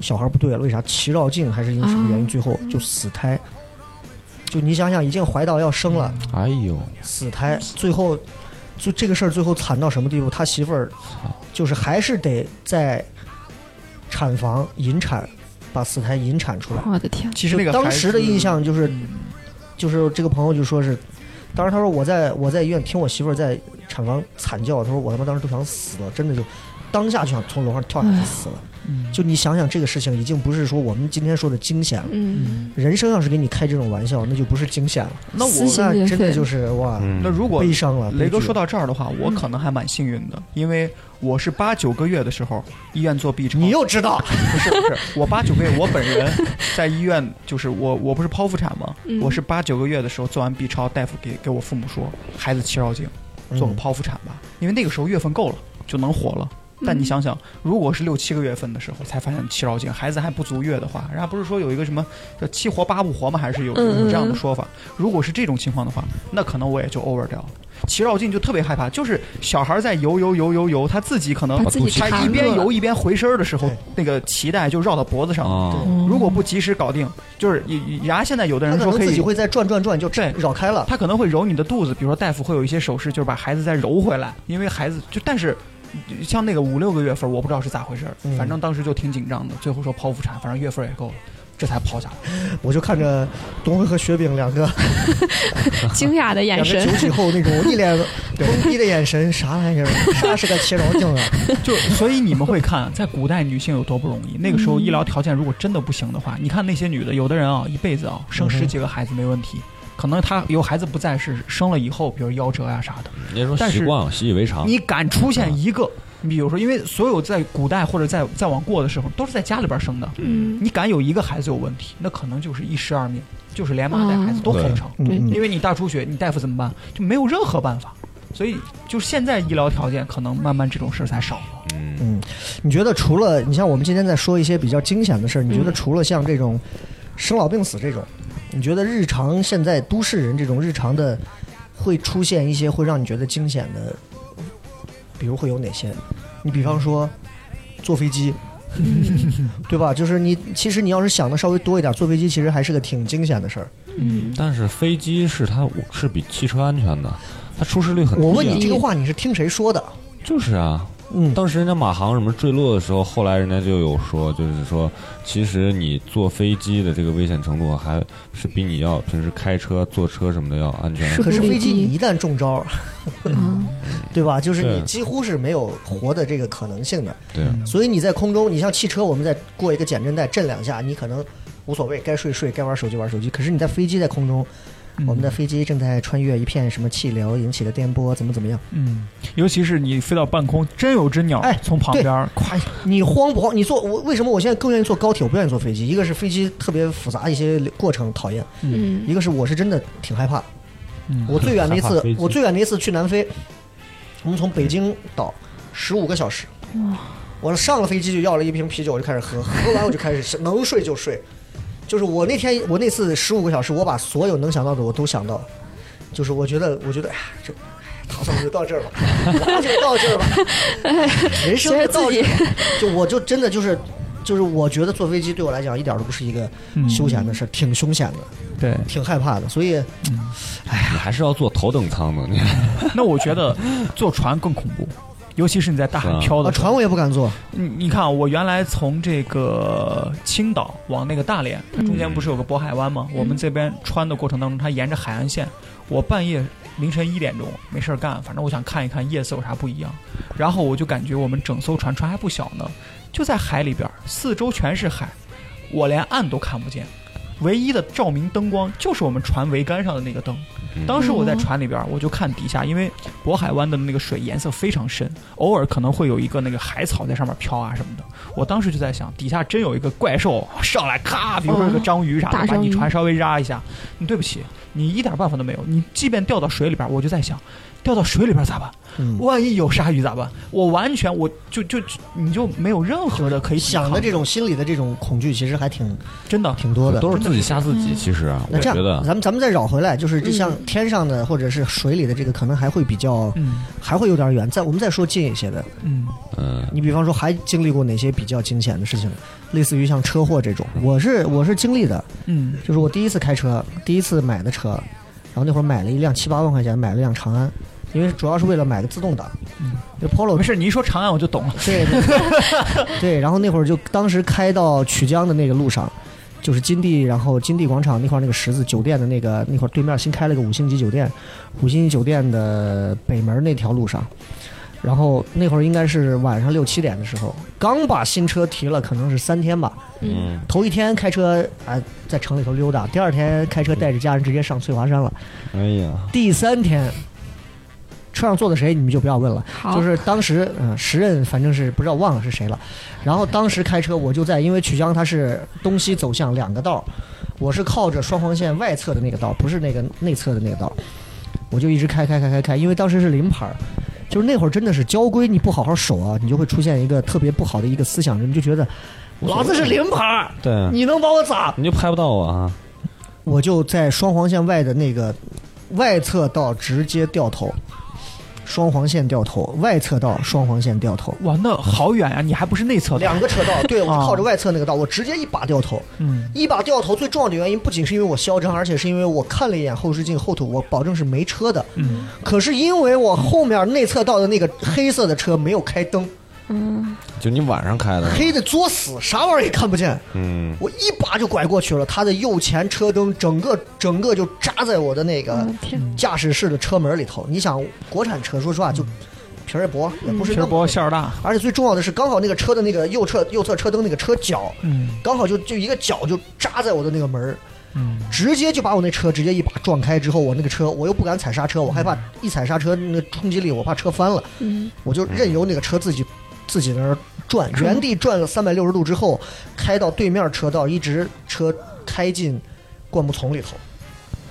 小孩不对了，为啥？脐绕颈还是因为什么原因？最后就死胎。就你想想，已经怀到要生了，哎呦，死胎，最后就这个事儿最后惨到什么地步？他媳妇儿就是还是得在产房引产，把死胎引产出来。嗯我的天，其实那个当孩时子的印象就是嗯，就是这个朋友就说是，当时他说我在我在医院听我媳妇儿在产房惨叫，他说我他妈当时都想死了，真的就当下就想从楼上跳下来死了。嗯就你想想这个事情，已经不是说我们今天说的惊险了。嗯，人生要是给你开这种玩笑，那就不是惊险了，那私我信那裂真的肺就是哇，嗯那如果悲伤了。雷哥悲剧说到这儿的话，我可能还蛮幸运的，因为我是八九个月的时候医院做 B 超，你又知道，不是不是，我八九个月，我本人在医院，就是我我不是剖腹产吗？嗯我是八九个月的时候做完 B 超，大夫给给我父母说，孩子脐绕颈，嗯做个剖腹产吧，因为那个时候月份够了就能活了。但你想想，如果是六七个月份的时候才发现脐绕颈，孩子还不足月的话，人家不是说有一个什么叫七活八不活吗？还是有有这样的说法？如果是这种情况的话，那可能我也就 over 掉了。脐绕颈就特别害怕，就是小孩在游游游游游，他自己可能把自己他一缠边住了游一边回身儿的时候对，那个脐带就绕到脖子上了。啊，如果不及时搞定，就是也也人家现在有的嗯他人可说能可自己以，会再转转转就对绕开了。他可能会揉你的肚子，比如说大夫会有一些手势，就是把孩子再揉回来，因为孩子就但是。像那个五六个月份，我不知道是咋回事儿嗯，反正当时就挺紧张的。最后说剖腹产，反正月份也够了，这才剖下来。 我就看着东辉和雪饼两个惊讶的嗯两眼个神九，几后那种一 脸懵逼的眼神，啥玩意 儿？啥是个切绕颈啊？就所以你们会看，啊在古代女性有多不容易。那个时候医疗条件如果真的不行的话，你看那些女的，有的人啊一辈子啊生十几个孩子没问题，可能她有孩子不在世，生了以后，比如夭折呀、啥的，你说但习是惯了，习以为常。你敢出现一个？你比如说，因为所有在古代或者在再往过的时候，都是在家里边生的。嗯，你敢有一个孩子有问题，那可能就是一尸二命，就是连妈带孩子都哦后成。对嗯因为你大出血，你大夫怎么办？就没有任何办法。所以，就是现在医疗条件可能慢慢这种事儿才少了。嗯，嗯，你觉得除了你像我们今天在说一些比较惊险的事儿，你觉得除了像这种生老病死这种，你觉得日常现在都市人这种日常的会出现一些会让你觉得惊险的，比如会有哪些？你比方说坐飞机。 对吧？就是你，其实你要是想的稍微多一点，坐飞机其实还是个挺惊险的事儿。但是飞机是它是比汽车安全的，它出事率很低、啊。我问你这个话，你是听谁说的？就是啊，嗯，当时人家马航什么坠落的时候，后来人家就有说，就是说，其实你坐飞机的这个危险程度还是比你要平时开车、坐车什么的要安全。是可是不飞离机地你一旦中招，嗯 对吧？就是你对几乎是没有活的这个可能性的。对，所以你在空中，你像汽车，我们在过一个减震带震两下，你可能无所谓，该睡睡，该玩手机玩手机。可是你在飞机在空中，嗯我们的飞机正在穿越一片什么气流引起的电波，怎么怎么样？嗯，尤其是你飞到半空，真有只鸟哎从旁边儿哎，你慌不慌？你坐我为什么我现在更愿意坐高铁，我不愿意坐飞机？一个是飞机特别复杂，一些过程讨厌；嗯一个是我是真的挺害怕。嗯我最远 的一害次怕飞，机我最远的一次去南非，我们从北京到十五个小时。我上了飞机就要了一瓶啤酒，我就开始喝，喝完我就开始能睡就睡。就是我那天我那次十五个小时，我把所有能想到的我都想到了。就是我觉得，我觉得，哎呀，这唐僧就到这儿吧，咱就到这儿吧，人生就到这儿吧。就我就真的就是，就是我觉得坐飞机对我来讲一点儿都不是一个嗯休闲的事儿，挺凶险的，对。挺害怕的。所以你还是要坐头等舱 的，你那我觉得坐船更恐怖，尤其是你在大海漂啊，的时候。船我也不敢坐。你你看啊，我原来从这个青岛往那个大连，它中间不是有个渤海湾吗？我们这边穿的过程当中，它沿着海岸线，我半夜凌晨一点钟没事儿干，反正我想看一看夜色有啥不一样。然后我就感觉我们整艘船船还不小呢，就在海里边儿，四周全是海，我连岸都看不见，唯一的照明灯光就是我们船桅杆上的那个灯。当时我在船里边儿，我就看底下，因为渤海湾的那个水颜色非常深，偶尔可能会有一个那个海草在上面飘啊什么的。我当时就在想，底下真有一个怪兽 上来，咔，比如说有个哦章鱼啥大的，把章你鱼船稍微拉一下，你对不起，你一点办法都没有。你即便掉到水里边儿，我就在想，掉到水里边儿咋办？嗯万一有鲨鱼咋办？我完全我就就就你就没有任何的可以抵想的抗这种心理的这种恐惧，其实还挺真的挺多的。都是自己吓自己。其实那我这觉样，得，咱们咱们再绕回来，就是这像天上的或者是水里的这个，可能还会比较，嗯还会有点远。再我们再说近一些的，嗯，嗯，你比方说还经历过哪些比较惊险的事情？类似于像车祸这种，我是我是经历的，嗯，就是我第一次开车，第一次买的车，然后那会儿买了一辆七八万块钱买了辆长安，因为主要是为了买个自动挡，就 Polo 没事，你一说长安我就懂了。对对 对，然后那会儿就当时开到曲江的那个路上，就是金地，然后金地广场那块儿那个十字酒店的那个那块儿对面新开了个五星级酒店，五星级酒店的北门那条路上。然后那会儿应该是晚上六七点的时候，刚把新车提了，可能是三天吧。嗯，头一天开车啊、哎在城里头溜达，第二天开车带着家人直接上翠华山了，哎呀，第三天，车上坐的谁你们就不要问了。好就是当时，嗯，时任反正是不知道忘了是谁了。然后当时开车，我就在，因为曲江它是东西走向两个道儿，我是靠着双黄线外侧的那个道儿，不是那个内侧的那个道儿，我就一直开开开开开，因为当时是临牌儿，就是那会儿真的是交规你不好好守啊，你就会出现一个特别不好的一个思想，你就觉得老子是临牌儿，对，啊你能把我咋？你就拍不到我啊，我就在双黄线外的那个外侧道直接掉头，双黄线掉头，外侧道双黄线掉头。哇，那好远呀、你还不是内侧的？两个车 道，对我啊就靠着外侧那个道，我直接一把掉头，嗯一把掉头。最重要的原因不仅是因为我嚣张，而且是因为我看了一眼后视镜后头，我保证是没车的。嗯，可是因为我后面内侧道的那个黑色的车没有开灯，就你晚上开的，黑的作死，啥玩意儿也看不见。嗯，我一把就拐过去了，他的右前车灯整个整个就扎在我的那个哦驾驶室的车门里头。你想，国产车说实话就皮儿也薄，也不是嗯皮那儿么薄馅儿大。而且最重要的是，刚好那个车的那个右侧右侧车灯那个车角，嗯刚好就就一个角就扎在我的那个门儿，嗯，直接就把我那车直接一把撞开之后，我那个车我又不敢踩刹车，我害怕一踩刹车那个冲击力，我怕车翻了，嗯我就任由那个车自己 自己在那儿转，原地转了三百六十度之后，开到对面车道，一直车开进。灌木丛里头，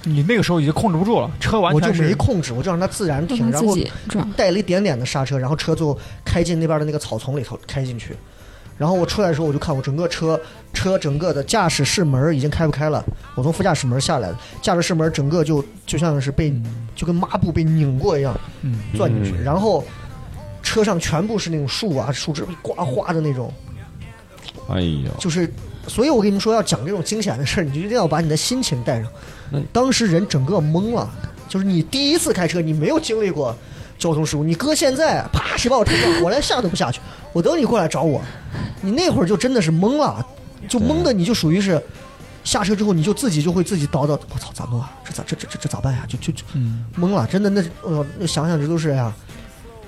你那个时候已经控制不住了，车完我就全是没控制，我就让嗯它自然让停，他然自后己转，带了一点点的刹车，然后车就开进那边的那个草丛里头开进去。然后我出来的时候，我就看我整个车车整个的驾驶室门已经开不开了，我从副驾驶门下来的，驾驶室门整个就就像是被就跟抹布被拧过一样嗯钻进去，嗯然后车上全部是那种树啊树枝刮花的那种，哎呦，就是，所以我跟你们说，要讲这种惊险的事儿，你就一定要把你的心情带上那。当时人整个懵了，就是你第一次开车，你没有经历过交通事故，你搁现在啪谁把我推上， 我连下都不下去，我等你过来找我。你那会儿就真的是懵了，就懵的你就属于是下车之后你就自己就会自己叨叨，我操咋弄啊？这咋这这这这咋办呀、就就就嗯懵了，真的那呃想想这都是哎呀，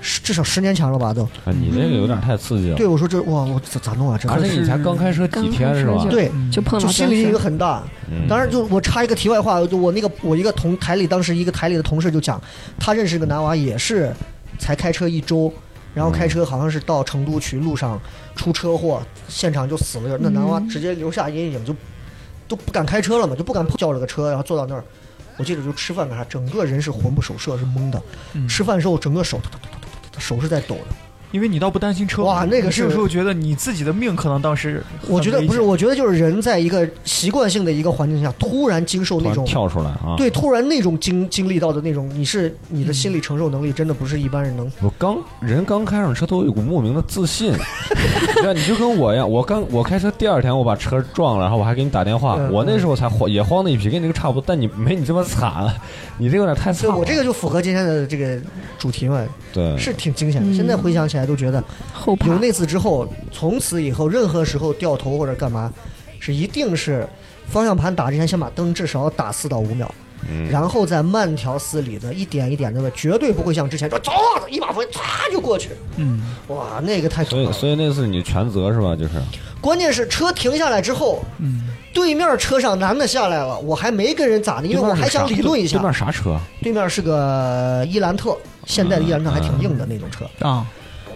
十至少十年前了吧都。啊你这个有点太刺激了。对，我说这哇，我咋咋弄啊？这而且你才刚开车几天是吧刚开车？对，就碰到就这心种理事一儿个很大。嗯当然，就我插一个题外话，就我那个我一个同台里当时一个台里的同事就讲，他认识一个男娃也是才开车一周，然后开车好像是到成都去，路上出车祸，现场就死了人。那男娃直接留下阴影，就都不敢开车了嘛，就不敢碰叫了个车，然后坐到那儿。我记得就吃饭干啥，整个人是魂不守舍，是懵的。吃饭的时候，整个手抖抖抖抖抖抖手是在抖的。嗯因为你倒不担心车哇那个你是有时候觉得你自己的命可能当时很我觉得危不是，险我觉得就是人在一个习惯性的一个环境下，突然经受突那然种跳出来啊！对，突然那种经经历到的那种，你是你的心理承受能力真的不是一般人能。我刚人刚开上车都有一股莫名的自 信，对啊，你就跟我一样，我刚我开车第二天我把车撞了，然后我还给你打电话，嗯我那时候才慌也慌的一批，跟你这个差不多，但你没你这么惨，你这有点太所惨以了。我这个就符合今天的这个主题嘛，对是挺惊险的。现在回想起来都觉得，后怕有。那次之后，从此以后任何时候掉头或者干嘛，是一定是方向盘打之前先把灯至少打四到五秒，嗯然后再慢条斯理的一点一点的，绝对不会像之前说走一把风唰就过去。嗯，哇，那个太可所怕以了。所以那次你全责是吧？就是关键是车停下来之后，嗯对面车上男的下来了，我还没跟人咋的，因为我还想理论一下对。面嗯啥车？对面是个伊兰特，现代的伊兰特还挺硬的那种车。啊，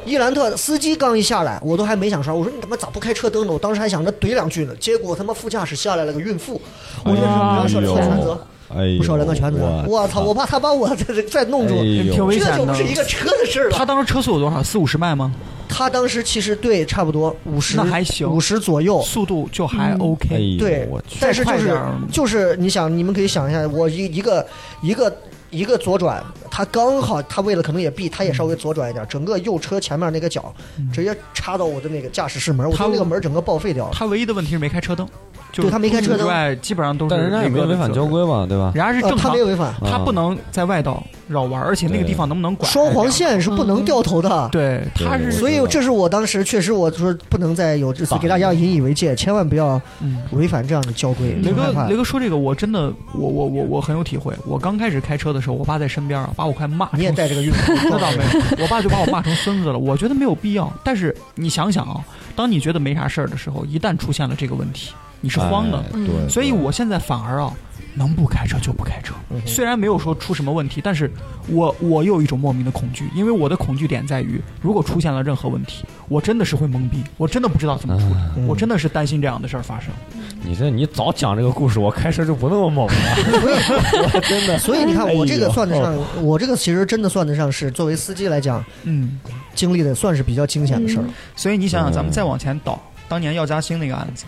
伊兰特司机刚一下来，我都还没想刷，我说你他妈咋不开车灯呢？我当时还想着怼两句呢，结果他妈副驾驶下来了个孕妇，我就哎不呦涉两个全责，哎呦，不涉两个全责。我操，我怕他把我再再弄住哎，呦挺危这险就不的是。一个车的事儿他了。当时车速有多少？四五十迈吗？他当时其实对差不多五十，那还行五十左右。速度就还嗯 OK，、哎呦对我，去，但是就再快是点儿就是你想，你们可以想一下，我一一个一个一个左转，他刚好他为了可能也避，他也稍微左转一点，整个右车前面那个角嗯直接插到我的那个驾驶室门，我他的那个门整个报废掉了。他唯一的问题是没开车灯，就是对他没开车灯之外，哎基本上都是但人家也没有违反交规嘛，对吧？人家是呃正他常没，有违反啊他不能在外道绕弯，而且那个地方能不能拐哎双黄？线是不能掉头的。对，他对是所以这是我当时确实我说不能再有这次给大家引以为戒，千万不要嗯违反这样的交规。雷挺害哥怕，雷的哥说这个，我真的，我我我我很有体会。我刚开始开车的时候，我爸在身边啊，把我快骂成。你也带这个孕妇，那倒没有，我爸就把我骂成孙子了。我觉得没有必要。但是你想想啊，当你觉得没啥事儿的时候，一旦出现了这个问题，你是慌的哎。对，所以对我现在反而啊，能不开车就不开车。嗯虽然没有说出什么问题，但是我我有一种莫名的恐惧，因为我的恐惧点在于，如果出现了任何问题，我真的是会懵逼，我真的不知道怎么处理，嗯我真的是担心这样的事儿发生。你这你早讲这个故事，我开车就不那么猛了，真 的。所以你看我这哎个呦算得 上，我这个其实真的算得上是作为司机来讲，嗯，经历的算是比较惊险的事儿了。哎所以你想想，嗯咱们再往前倒，当年药家鑫那个案子，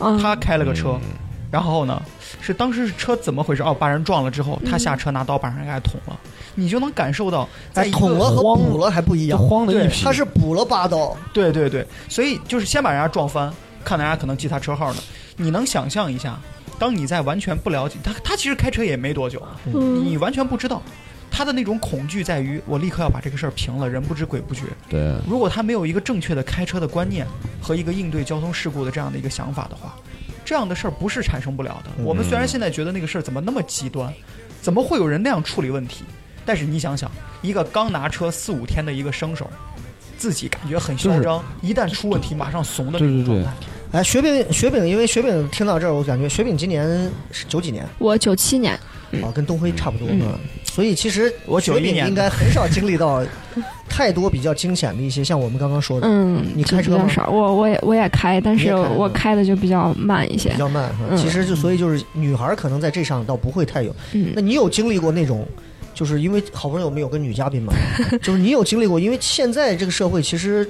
嗯，他开了个车嗯，然后呢，是当时是车怎么回事？哦，把人撞了之后，嗯他下车拿刀把人给捅了，你就能感受到在哎，一个捅了和补了还不一 就样，慌的一对批，他是补了八刀，对对对，所以就是先把人家撞翻，看人家可能记他车号呢。你能想象一下，当你在完全不了解他，他其实开车也没多久，嗯你完全不知道他的那种恐惧在于，我立刻要把这个事儿平了，人不知鬼不觉。对，如果他没有一个正确的开车的观念和一个应对交通事故的这样的一个想法的话，这样的事儿不是产生不了的。我们虽然现在觉得那个事儿怎么那么极端，怎么会有人那样处理问题？但是你想想，一个刚拿车四五天的一个生手，自己感觉很嚣张，一旦出问题马上怂的那种状态。哎，雪饼，雪饼，因为雪饼听到这儿，我感觉雪饼今年是九几年我九七年，啊，跟东辉差不多嘛，所以其实我雪91饼年的应该很少经历到太多比较惊险的一些，像我们刚刚说的，嗯，你开就车比较吗少，我我也我也开，但你也是开我嗯开的就比较慢一些比。较慢。哈嗯其实就所以就是女孩儿可能在这上倒不会太有。嗯那，你有经历过那种？就是因为好不容易我们有个女嘉宾嘛，就是你有经历过，因为现在这个社会其实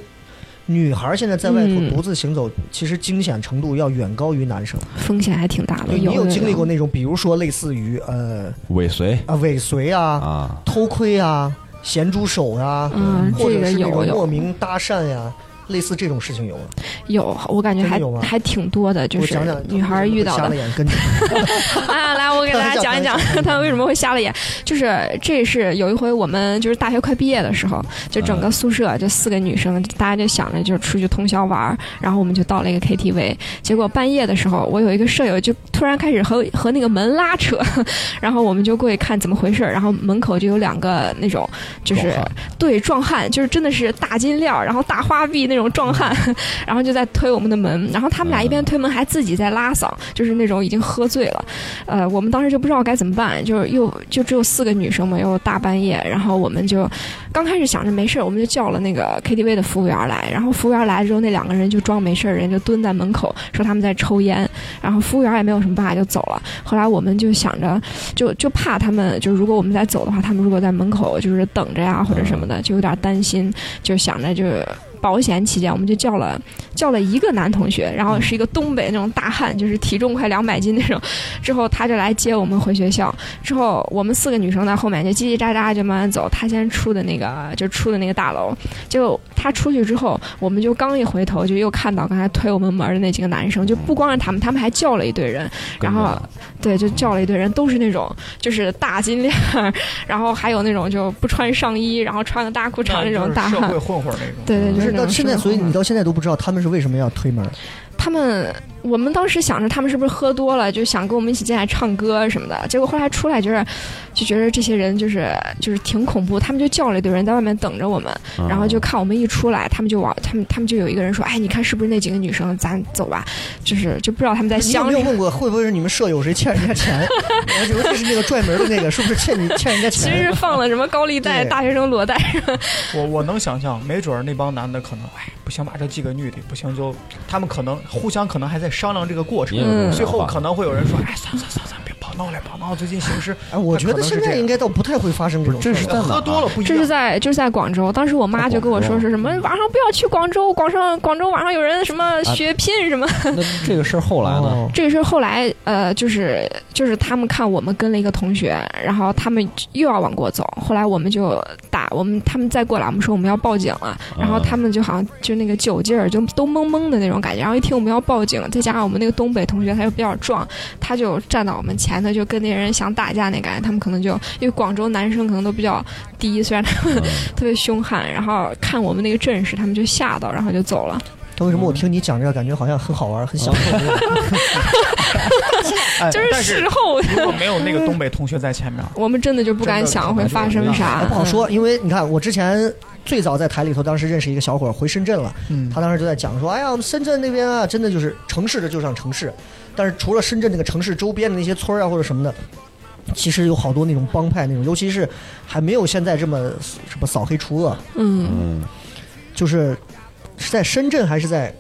女孩儿现在在外头嗯独自行走，其实惊险程度要远高于男生。风险还挺大的。对你有那经历种过那种，比如说类似于呃尾随啊尾随啊，啊，偷窥啊、咸猪手啊，嗯或者这个是那有种有莫名搭讪呀、类似这种事情有吗？有，我感觉真的还有吗还挺多的，就我是讲讲女孩遇到瞎的了。眼跟着 啊，来，我给大家讲一讲 他为什么会瞎了眼。就是这是有一回我们就是大学快毕业的时候，就嗯整个宿舍就四个女生，大家就想着就是出去通宵玩儿，然后我们就到了一个 KTV。结果半夜的时候，我有一个舍友就突然开始和 和那个门拉扯， 然后我们就过去看怎么回事儿，然后门口就有两个那种就是壮汉对壮汉，就是真的是大金链儿，然后大花臂那种壮汉，然后就在推我们的门，然后他们俩一边推门还自己在拉嗓，就是那种已经喝醉了。呃，我们当时就不知道该怎么办，就是又就只有四个女生嘛，又大半夜，然后我们就刚开始想着没事儿，我们就叫了那个 KTV 的服务员来，然后服务员来之后，那两个人就装没事儿，人就蹲在门口说他们在抽烟，然后服务员也没有什么办法就走了。后来我们就想着，就就怕他们，就是如果我们再走的话，他们如果在门口就是等着呀或者什么的，就有点担心，就想着就是保险起见，我们就叫了叫了一个男同学，然后是一个东北那种大汉，就是体重快两百斤那种。之后他就来接我们回学校，之后我们四个女生在后面就叽叽喳喳就慢慢走，他先出的那个就出的那个大楼，就他出去之后，我们就刚一回头就又看到刚才推我们门儿的那几个男生，就不光是他们，他们还叫了一队人，跟然着后对，就叫了一堆人，都是那种就是大金链儿， 然后还有那种就不穿上衣，然后穿个大裤衩那种大社汉会。混混儿那种。对对，不就是是那到种现在，社会所以混你混到现在都不知道他们是为什么要推门。他们，我们当时想着他们是不是喝多了，就想跟我们一起进来唱歌什么的。结果后来出来就是，就觉得这些人就是就是挺恐怖，他们就叫了一堆人在外面等着我们，嗯啊然后就看我们一出来，他们就往他们他们就有一个人说，哎，你看是不是那几个女生，咱走吧，哎就是就不知道他们在你有想没 什有么。问过会不会是你们舍友谁欠人家 钱？然后尤其是那个拽门的那个，是不是欠你欠人家其实钱是？放了什么高利贷、对大学生裸贷，我我能想象，没准儿那帮男的可能，哎，不行吧，这几个女的不行就，他们可能互相可能还在商量这个过程你也有这，种最后想法可能会有人说，哎，算了算了算了算了，别跑闹了，跑闹了，最近形势，哎，我觉可得能是现这在样应该倒不太会发生这种事这儿。是在哪喝儿多了不一这是样。在就是在广州，当时我妈就跟我说是什么晚上不要去广州，广上广州晚上有人什么啊学聘什么。那这个事儿后来呢？哦？这个是后来呃，就是就是他们看我们跟了一个同学，然后他们又要往过走，后来我们就打我们，他们再过来，我们说我们要报警啊了，然后他们就好像就那个酒劲儿就都懵懵的那种感觉，然后一听我们要报警，再加上我们那个东北同学他又比较壮，他就站到我们前头，就跟那人想打架那感觉，他们可能就因为广州男生可能都比较低，虽然他嗯们 特别凶悍，然后看我们那个阵势，他们就吓到，然后就走了。但为什么我嗯听你讲这个，感觉好像很好玩，很享受？哎就是但事是后如果没有那个东北同学在前面，我们真的就不敢想会发生啥还，不好说，因为你看，我之前最早在台里头，当时认识一个小伙儿回深圳了，嗯他当时就在讲说，哎呀，我们深圳那边啊，真的就是城市的就像城市，但是除了深圳那个城市周边的那些村儿啊或者什么的。其实有好多那种帮派那种，尤其是还没有现在这么什么扫黑除恶，嗯。嗯，就是是在深圳还是在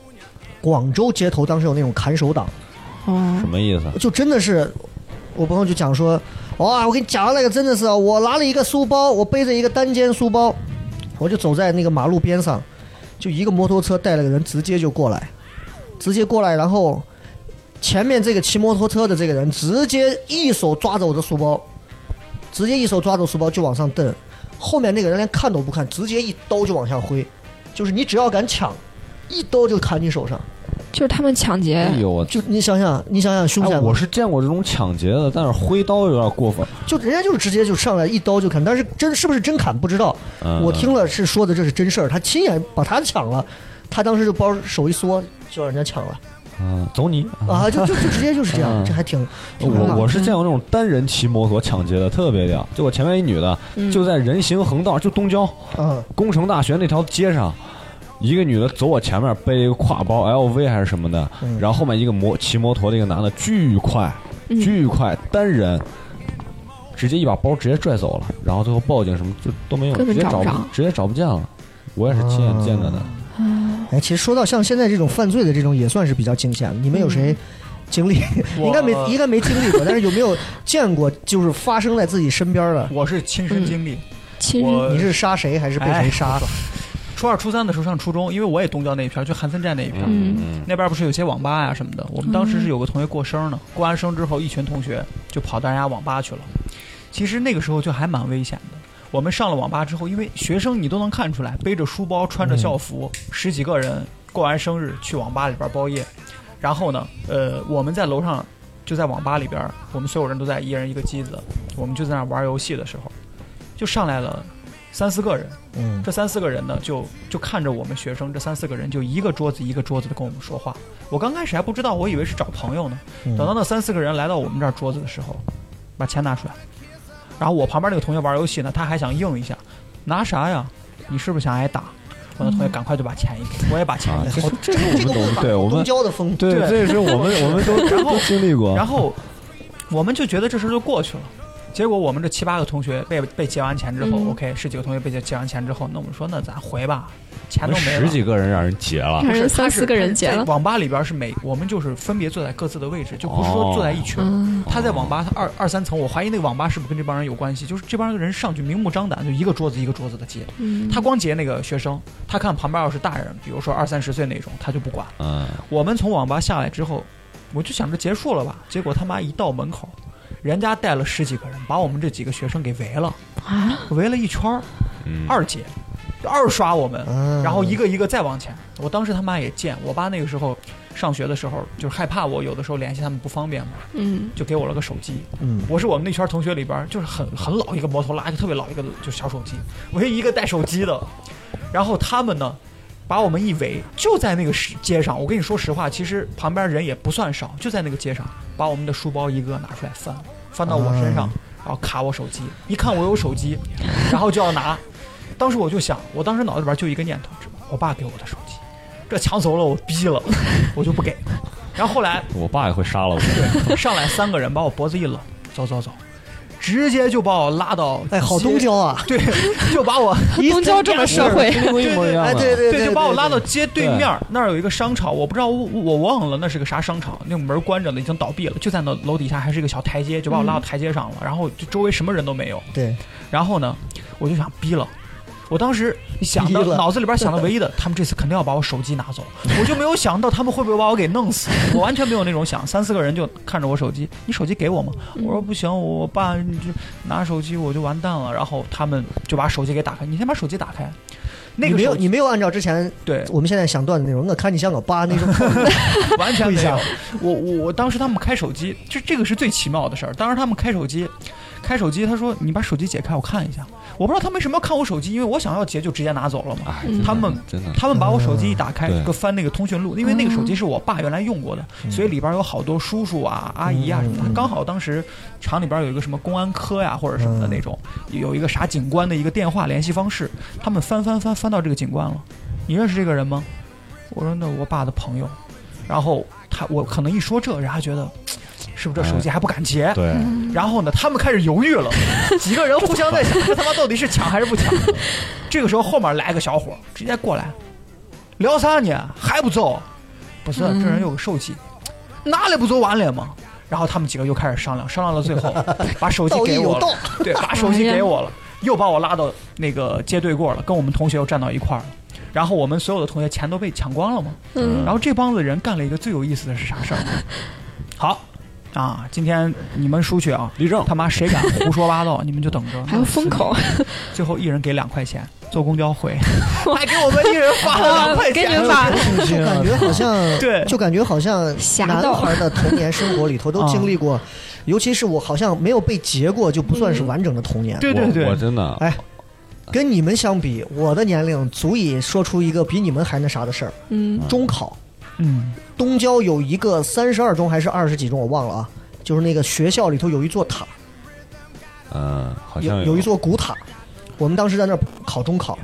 广州街头，当时有那种砍手党，哦什，么意思？就真的是，我朋友就讲说，哇，我跟你讲那个真的是啊，我拿了一个书包，我背着一个单肩书包，我就走在那个马路边上，就一个摩托车带了个人直接就过来，直接过来，然后前面这个骑摩托车的这个人直接一手抓着我的书包，直接一手抓着书包就往上蹬，后面那个人连看都不看，直接一刀就往下挥，就是你只要敢抢，一刀就砍你手上，就是他们抢劫哎，呦我。就你想想，你想想凶哎，险吗？我是见过这种抢劫的，但是挥刀有点过分。就人家就是直接就上来一刀就砍，但是真是不是真砍不知道。嗯我听了是说的这是真事儿，他亲眼把他抢了，他当时就包手一缩就让人家抢了嗯，走你！啊，就就就直接就是这样，嗯这还挺挺可怕我的我是见过那种单人骑摩托抢劫的，特别屌。就我前面一女的，就在人行横道，就东郊嗯工程大学那条街上，一个女的走我前面，背一个挎包 LV 还是什么的，嗯然后后面一个摩骑摩托的一个男的，巨快，嗯巨快，单人。直接一把包直接拽走了，然后最后报警什么就都没有，根直本接找找不不着直接找不见了。我也是亲眼见着啊的。哎，其实说到像现在这种犯罪的这种也算是比较惊险，你们有谁经历？ 我应该没应该没经历过，但是有没有见过就是发生在自己身边的？我是亲身经历。其实我你是杀谁还是被谁杀？初二、初三的时候上初中，因为我也东郊那一片儿，就韩森站那一片儿，嗯嗯那边儿不是有些网吧呀、什么的。我们当时是有个同学过生呢，过完生之后，一群同学就跑到人家网吧去了。其实那个时候就还蛮危险的。我们上了网吧之后，因为学生你都能看出来，背着书包，穿着校服，十几个人过完生日去网吧里边包夜，然后呢，呃，我们在楼上就在网吧里边，我们所有人都在一人一个机子，我们就在那玩游戏的时候，就上来了三四个人，嗯，这三四个人呢，就就看着我们学生，这三四个人就一个桌子一个桌子的跟我们说话。我刚开始还不知道，我以为是找朋友呢。嗯等到那三四个人来到我们这儿桌子的时候，把钱拿出来，然后我旁边那个同学玩游戏呢，他还想硬一下，拿啥呀？你是不是想挨打？我那同学赶快就把钱一给，我也把钱嗯啊一给。这我这个我们懂，对我东们郊的风，对，对这是我 们我们都然后都经历过。然后我们就觉得这事儿就过去了。结果我们这七八个同学被被结完钱之后、嗯 o k 十几个同学被结结完钱之后，那我们说那咱回吧，钱我都们没了十。几个人让人结了让，不是人三他是四个人结在了。网吧里边是每我们就是分别坐在各自的位置，就不是说坐在一群。嗯，他在网吧，他二二三层，我怀疑那个网吧是不是跟这帮人有关系？就是这帮人上去明目张胆，就一个桌子一个桌子的结。嗯他光结那个学生，他看旁边要是大人，比如说二三十岁那种，他就不管。嗯，我们从网吧下来之后，我就想着结束了吧，结果他妈一到门口，人家带了十几个人，把我们这几个学生给围了，啊，围了一圈儿，嗯二姐，二刷我们，嗯然后一个一个再往前。我当时他妈也贱，我爸那个时候上学的时候就是害怕我有的时候联系他们不方便嘛，嗯，就给我了个手机。嗯，我是我们那圈同学里边儿就是很很老一个摩托拉，就特别老一个就是小手机，唯一一个带手机的。然后他们呢，把我们一围，就在那个石街上。我跟你说实话，其实旁边人也不算少，就在那个街上，把我们的书包一个拿出来翻，翻到我身上，然后卡我手机，一看我有手机，然后就要拿。当时我就想，我当时脑子里边就一个念头，我爸给我的手机，这抢走了我逼了，我就不给。然后后来我爸也会杀了我。 上来三个人把我脖子一搂，走走走，直接就把我拉到哎，好街东，郊啊，对， 就把我东郊这么社会，一模一样哎，的对对对，对，就把我拉对到街对面儿那儿有一个商场，我不知道我我忘了那是个啥商场，那个门关着了，已经倒闭了，就在那楼底下还是一个小台阶，就把我拉到台阶上了，然后就周围什么人都没有， 对，然后呢，我就想逼了。我当时想的逼了脑子里边想的唯一的，他们这次肯定要把我手机拿走，我就没有想到他们会不会把我给弄死，我完全没有那种想。三四个人就看着我手机，你手机给我 吗？我说不行，我爸你这拿手机我就完蛋了。然后他们就把手机给打开，你先把手机打开。那你个没时有候你没有按照之前对，我们现在想段的那种，我看你像个八 那种，哦完全跪没下有。我我我当时他们开手机，这这个是最奇妙的事儿。当时他们开手机，开手机，他说你把手机解开，我看一下。我不知道他们为什么要看我手机，因为我想要解就直接拿走了嘛。哎，真的他们真的，他们把我手机一打开，对就翻那个通讯录，因为那个手机是我爸原来用过的，所以里边有好多叔叔啊、阿姨啊什么的。刚好当时厂里边有一个什么公安科呀、或者什么的那种，有一个啥警官的一个电话联系方式，他们翻翻翻翻到这个警官了，你认识这个人吗？我说那我爸的朋友，然后他我可能一说这，人家觉得是不是这手机还不敢啊接？ 对，然后呢，他们开始 犹豫了，几个人互相在想，这他妈到底是抢还是不抢？这个时候后面来个小伙儿，直接过来，聊啥呢？还不走？不是，嗯这人有个手机，哪里不走完了吗？然后他们几个又开始商量，商量到 最后，把手机道义给我有了道，， 对，把手机给我了，又把我拉到那个街对过了，跟我们同学又站到一块儿了。然后我们所有的同学钱都被抢光了嘛，嗯然后这帮子人干了一个最有意思的是啥事儿？好，啊，今天你们出去啊，立正他妈谁敢胡说八道，你们就等着。嗯还有风口，最后一人给两块钱，坐公交回，还给我们一人发了两块给钱。你们吧，就感觉好像 对就感觉好像侠男盗孩的童年生活里头都经历 啊过，尤其是我好像没有被劫过，就不算是完整的童年。对对我对我真的，哎跟你们相比，我的年龄足以说出一个比你们还那啥的事儿。嗯，中考，嗯，东郊有一个三十二中还是二十几中，我忘了啊，就是那个学校里头有一座塔，嗯，好像有有一座古塔，我们当时在那儿考中考。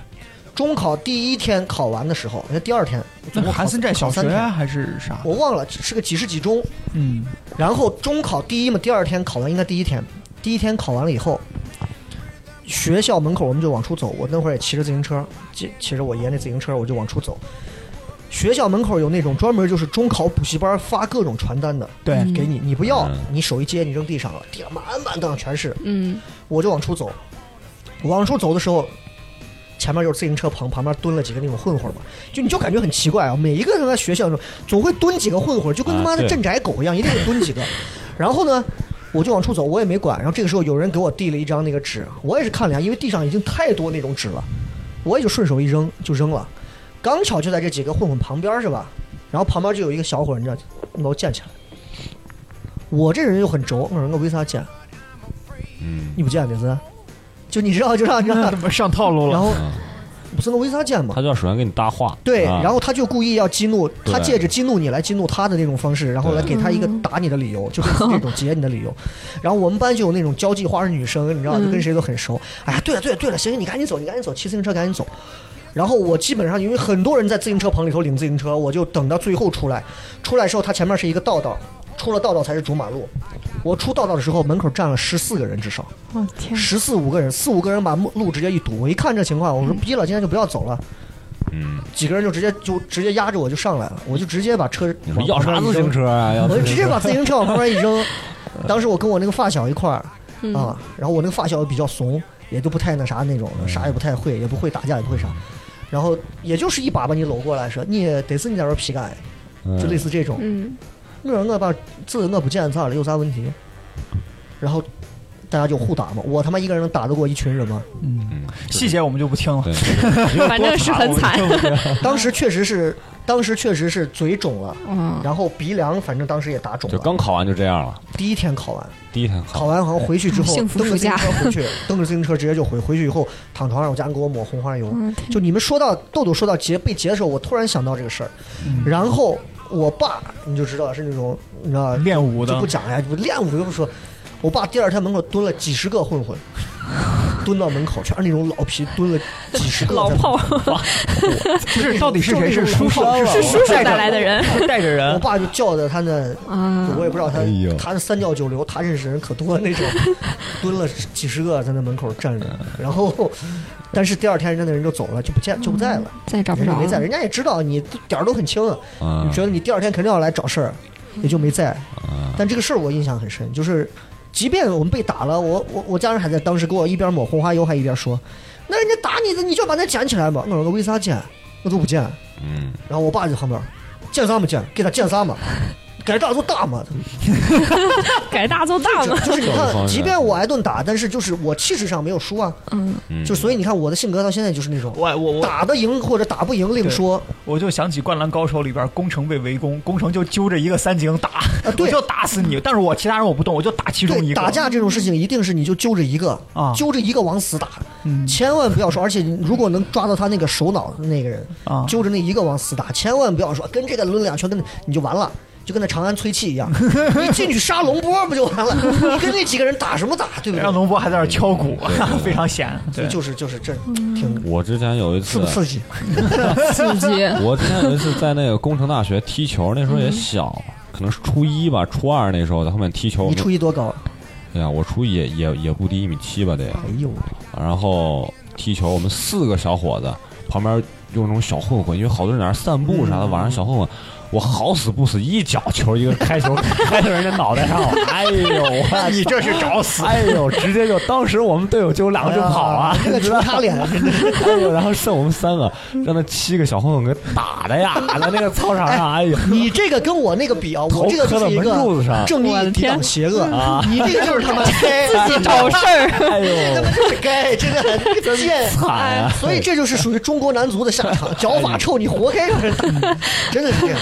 中考第一天考完的时候，那第二天，那个韩森寨小考学啊三天还是啥？我忘了是个几十几中，嗯，然后中考第一嘛，第二天考完应该第一天，第一天考完了以后，学校门口我们就往出走。我那会儿也骑着自行车，骑骑着我爷那自行车，我就往出走。学校门口有那种专门就是中考补习班发各种传单的，对给你，你不要嗯，你手一接你扔地上了，地上满满当全是。嗯，我就往出走，往出走的时候，前面就是自行车棚，旁边蹲了几个那种混混嘛，就你就感觉很奇怪啊，每一个他妈学校中总会蹲几个混混，就跟他妈啊的对 镇宅狗一样，一定得蹲几个。然后呢，我就往出走，我也没管。然后这个时候有人给我递了一张那个纸，我也是看了一眼，因为地上已经太多那种纸了，我也就顺手一扔就扔了。刚巧就在这几个混混旁边是吧？然后旁边就有一个小伙儿，你知道，把我捡起来。我这人又很轴，我说我为啥捡？嗯，你不捡的是？就你知道，就让让，嗯 怎么上套路然了？后嗯不是我为啥捡嘛他？就要首先给你搭话，对，啊然后他就故意要激怒，他对借着激怒你来激怒他的那种方式，然后来对给他一个打你的理 由，就是这种截你的理由。然后我们班就有那种交际花的女生，你知道，就跟谁都很 熟。哎呀，对了对了对了，行，你赶紧走，你赶紧走，骑自行车赶紧走。然后我基本上因为很多人在自行车棚里头领自行车，我就等到最后出来。出来的时候，他前面是一个道道，出了道道才是主马路。我出道道的时候，门口站了十四个人至少。我天，十四五个人，四五个人把路路直接一堵。我一看这情况，我说逼了，今天就不要走了。嗯，几个人就直接就直接压着我就上来了，我就直接把车你说往要旁边嗯啥一自扔行，车啊？要我就自直行接车把自行车往旁边一 扔。当时我跟我那个发小一块儿嗯啊，然后我那个发小比较怂，也都不太那啥那嗯种的，啥也不太会，也不会打架，也不会啥。然后也就是一把把你搂过来说，你得是你在这儿皮干，就类似这种。嗯，我说我把字我不见咋了？有啥问题？然后大家就互打嘛，我他妈一个人能打得过一群人 吗？嗯细节我们就不啊听了。嗯对反正是很惨。当时确实是，当时确实是嘴肿了，嗯，然后鼻梁反正当时也打肿就了。刚考完就这样了，第一天考完，第一天考完好像回去之后， 幸福蹬着暑自行假车回去， 蹬着自行车直接就回。回去以后躺床上，我家人给我抹红花油。就你们说到豆豆说到劫被劫的时候，我突然想到这个事儿，嗯然后我爸你就知道是那种你知道练武 的就不讲呀，就练武就不说。我爸第二天门口蹲了几十个混 混，蹲到门口全是那种老皮，蹲了几十 个老在门炮口不是，到底是谁？就是那种叔叔老炮？是叔叔带带着来的人， 带着我人？爸就叫的他那，嗯啊我也不知道他啊哎呦，他三教九流，他认识人可多那 种，蹲了几十个在那门口站着，嗯然后，但是第二天人家那人就走了，就不见就不在了，再也嗯找不人家着没在，了。人家也知道你点儿都很轻，啊你觉得你第二天肯定要来找事儿，也就没在。啊但这个事儿我印象很深，就是即便我们被打了，我我我家人还在当时给我一边抹红花油还一边说，那人家打你的你就把他捡起来嘛，我说我为啥捡？我都不捡。嗯，然后我爸就旁边，见啥嘛见，给他见啥嘛，该打就打 嘛。改大做大嘛。就是你教育方看，面即便我挨顿打，但是就是我气势上没有输啊。嗯，嗯就所以你看我的性格到现在就是那种我我我打得赢或者打不赢另说我就想起《灌篮高手》里边，宫城被围攻，宫城就揪着一个三井打，啊， 我对就打死你，但是我其他人我不动，我就打其中一对，个。打架这种事情一定是你就揪着一个啊揪着一个往死打，嗯千万不要说，而且如果能抓到他那个首脑的那个人啊，揪着那一个往死打，千万不要说跟这个抡两拳，跟你就完了。就跟那长安崔气一样，你进去杀龙波不就完 了？你跟那几个人打什么打，对不让对？龙波还在那儿敲鼓对对，对 嗯非常闲。所对以，就是就是这挺我之前有一刺次不，刺激？ 刺激。 我之前有一次在那个工程大学踢球，那时候也小，可能是初一吧，初二那时候在后面踢球。你初一多高？哎呀，我初一也也也不低一米七吧得，哎呦，然后踢球，我们四个小伙子旁边用那种小混混，因为好多人在那儿散步啥的，嗯晚上小混混。我好死不死，一脚球一个开球， 开到人家脑袋上了，哎呦，我你这是找死！哎呦，直接就当时我们队友就两个就跑啊，这个你知球道吗擦脸，真的 哎呦，然后剩我们三个，让那七个小混混给打的呀，打在那个操场上，哎呦，你这个跟我那个比啊，我这个就头磕到是一门柱子上个正我义的抵天挡邪恶啊，你这个就是 他妈该，自己找事儿，哎 这他呦妈，就是该，真的这个贱。惨呀！所以这就是属于中国男足的下场，脚法臭，你活该让人打，真的是这样。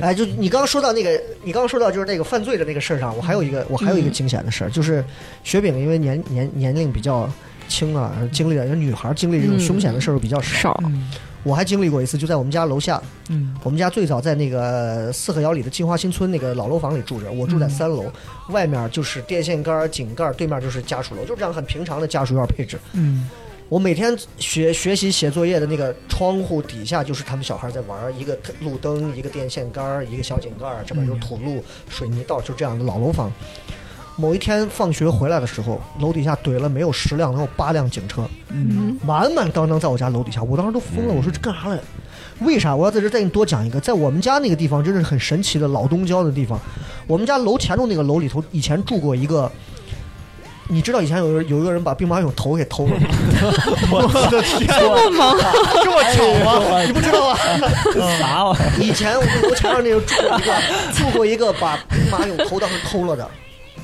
哎，就你刚刚说到那个，你刚刚说到就是那个犯罪的那个事儿上，我还有一个，我还有一个惊险的事儿，就是雪饼因为年年年龄比较轻啊，经历了女孩经历这种凶险的事儿比较少。少，我还经历过一次，就在我们家楼下，嗯，我们家最早在那个四合窑里的金华新村那个老楼房里住着，我嗯住在三楼，外面就是电线杆、井盖，对面就是家属楼，就是这样很平常的家属院配置。嗯，我每天学学习写作业的那个窗户底下就是他们小孩在玩儿，一个路灯，一个电线杆儿，一个小井盖儿，这边就是土路、水泥道，就这样的老楼房。某一天放学回来的时候，楼底下怼了没有十辆，能有八辆警车，嗯，满满当当在我家楼底下，我当时都疯了，我说这干啥来？为啥？我要在这儿再给你多讲一个，在我们家那个地方真的是很神奇的老东郊的地方，我们家楼前头那个楼里头以前住过一个。你知道以前有人有一个人把兵马俑头给偷了吗？ 我的天，这么猛， 这么巧吗？你不知道啊？啥玩意以前我们楼前面那个住过一个住过一个把兵马俑头当时偷了的，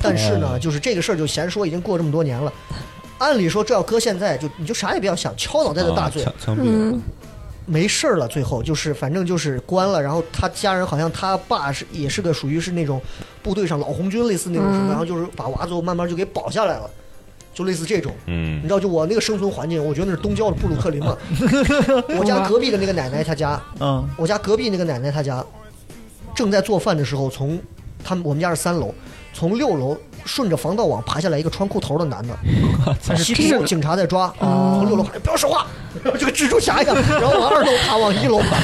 但是呢，就是这个事儿就闲说，已经过这么多年了。按理说，这要搁现在，就你就啥也不要想，敲脑袋的大罪，啊枪枪毙了，没事儿了。最后就是，反正就是关了。然后他家人好像他爸是也是个属于是那种部队上老红军类似那种什么，嗯然后就是把娃最后慢慢就给保下来了，就类似这种。你嗯知，道，就我那个生存环境，我觉得那是东郊的布鲁克林嘛。我家隔壁的那个奶奶她家，嗯，我家隔壁那个奶奶她家，正在做饭的时候，从他们我们家是三楼，从六楼顺着防盗网爬下来一个穿裤头的男的，但是吸毒警察在抓，嗯从六楼哎爬，不要说话， 然后就跟蜘蛛侠一样，然后往二楼爬，往一楼爬，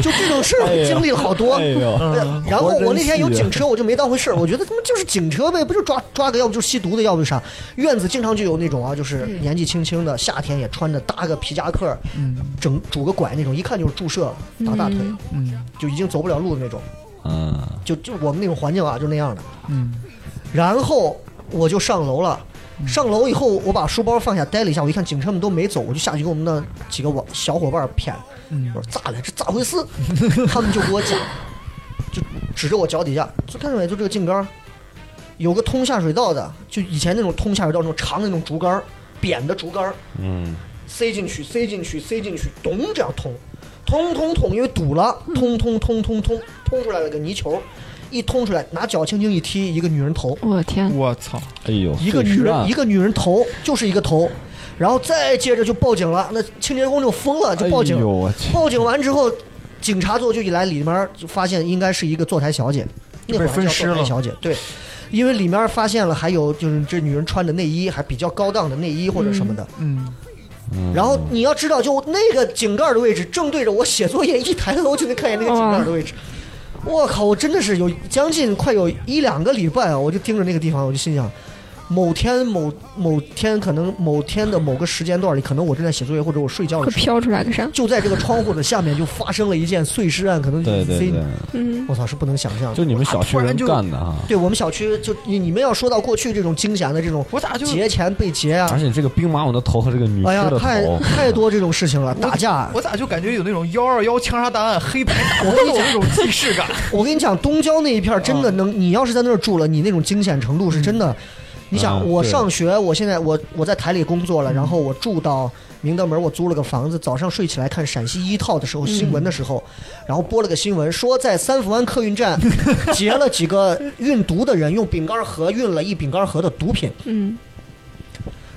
就这种事儿我经历了好多。哎呦，然后我那天有活真细啊警车，我就没当回事儿，我觉得他妈就是警车呗，不就抓抓个，要不就吸毒的，要不就啥。院子经常就有那种啊，就是年纪轻轻的，夏天也穿着搭个皮夹克，整拄个拐那种，一看就是注射打大腿，嗯就已经走不了路的那种，嗯，就就我们那种环境啊，就那样的。嗯，然后我就上楼了。上楼以后，我把书包放下，待了一下，我一看警车们都没走，我就下去跟我们的几个我小伙伴谝，我说咋了？这咋回事？ 他们就给我讲，就指着我脚底下，就看着没？就这个井杆，有个通下水道的，就以前那种通下水道那种长的那种竹竿，扁的竹竿，嗯，塞进去，塞进去，塞进去，咚这样通，通通通，因为堵了，通通通通通通出来了个泥球，一通出来，拿脚轻轻一踢，一个女人头，我天，我操，哎呦，一个碎女尸啊案人，一个女人头，就是一个头，然后再接着就报警了，那清洁工就疯了，就报警哎，呦我去，报警完之后，警察最后就一来，里面就发现应该是一个坐台小姐，那会儿还分叫尸坐台了小姐，对，因为里面发现了还有就是这女人穿的内衣，还比较高档的内衣或者什么的，嗯，然嗯后你要知道，就那个井盖的位置正对着我写作业，一抬头就能看见那个井盖的位置。我靠！我真的是有将近快有一两个礼拜啊，我就盯着那个地方，我就心想，某天某某天可能某天的某个时间段里，可能我正在写作业或者我睡觉会的时候，飘出来个啥？就在这个窗户的下面就发生了一件碎尸案，可能对对非对，嗯，我操是不能想象的。就你们小区人干的哈，对我们小区就你你们要说到过去这种惊险的这种我咋就劫钱被劫啊而，且这个兵马俑的头和这个女哎尸呀的太头，太多这种事情了，打架啊我咋就感觉有那种幺二幺枪杀档案黑白打斗的那种既视感？我跟你讲，东郊那一片儿真的能，你要是在那儿住了，你那种惊险程度是真的。你想，啊嗯我对嗯上学，我现在我我在台里工作了，然后我住到明德门，我租了个房子，早上睡起来看陕西一套的时候，新嗯闻的时候，然后播了个新闻，说在三福湾客运 站劫了几个运毒的人，用饼干盒运了一饼干盒的毒品，嗯，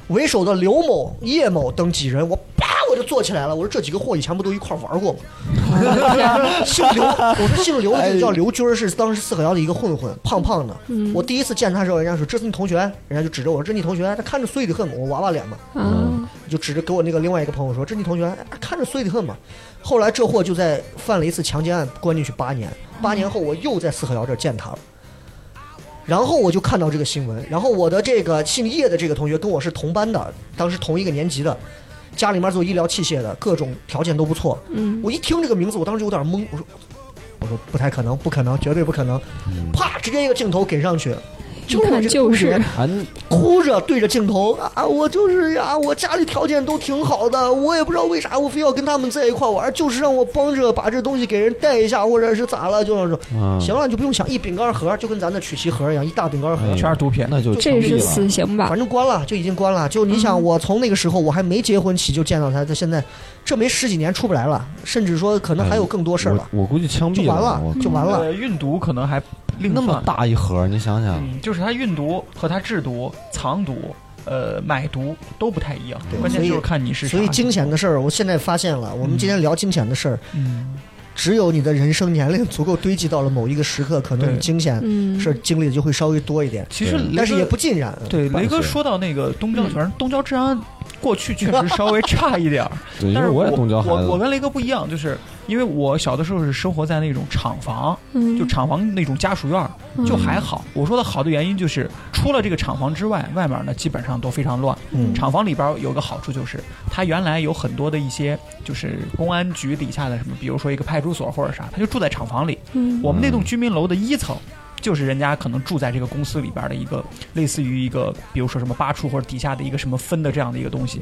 为首的刘某、叶某等几人，我啪我就坐起来了。我说这几个货以前不都一块儿玩过吗？姓刘，我说姓刘的这个叫刘军儿，是当时四合窑的一个混混，胖胖的。嗯我第一次见他的时候，人家说这是你同学，人家就指着我说这是你同学，他看着碎的很，我娃娃脸嘛，啊，就指着给我那个另外一个朋友说这是你同学，哎看着碎的很嘛。后来这货就在犯了一次强奸案，关进去八年。八年后我又在四合窑这儿见他了。然后我就看到这个新闻，然后我的这个姓叶的这个同学跟我是同班的，当时同一个年级的，家里面做医疗器械的，各种条件都不错。嗯，我一听这个名字，我当时有点懵，我说我说不太可能，不可能，绝对不可能，啪，直接一个镜头给上去，就一是我看这就故事是人俺哭着对着镜头啊，我就是呀、我家里条件都挺好的，我也不知道为啥我非要跟他们在一块玩，就是让我帮着把这东西给人带一下，或者是咋了，就是说，嗯行了，你就不用想，一饼干盒就跟咱的曲奇盒一样，一大饼干盒，哎呀全是毒品那就这枪毙是了死刑吧反？正关了就已经关了。就你嗯想，我从那个时候我还没结婚起就见到他，他现在这没十几年出不来了，甚至说可能还有更多事儿了，我，我估计枪就毙完了了，我，就完了。呃，运毒可能还另那么算，大一盒，你想想，嗯，就是他运毒和他制毒、藏毒、呃买毒都不太一样，对关键所以就是看你是啥。所以惊险的事儿，我现在发现了。我们今天聊惊险的事儿，嗯，只有你的人生年龄足够堆积到了某一个时刻，可能你对惊险嗯事儿经历的就会稍微多一点，其实对雷哥但是也不尽然。对。半雷哥岁说到那个东郊，反正东郊治安过去确实稍微差一点儿，对，因但为是也东郊孩我子，我跟雷哥不一样，就是因为我小的时候是生活在那种厂房，嗯就厂房那种家属院儿，就还好。我说的好的原因就是，除了这个厂房之外，外面呢基本上都非常乱。嗯厂房里边儿有个好处就是，它原来有很多的一些就是公安局底下的什么，比如说一个派出所或者啥，他就住在厂房里。嗯我们那栋居民楼的一层。就是人家可能住在这个公司里边儿的一个类似于一个，比如说什么八处或者底下的一个什么分的这样的一个东西。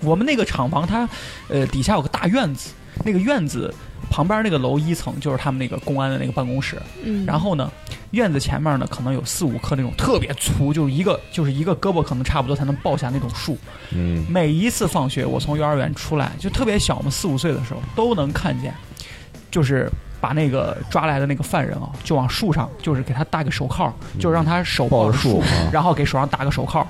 我们那个厂房它，呃，底下有个大院子，那个院子旁边那个楼一层就是他们那个公安的那个办公室，嗯，然后呢，院子前面呢可能有四五棵那种特别粗，就是一个就是一个胳膊可能差不多才能抱下那种树。嗯，每一次放学，我从幼儿园出来就特别小嘛，四五岁的时候都能看见，就是把那个抓来的那个犯人啊，就往树上，就是给他搭个手铐，就让他手抱抱着着树树，啊然后给手上搭个手铐。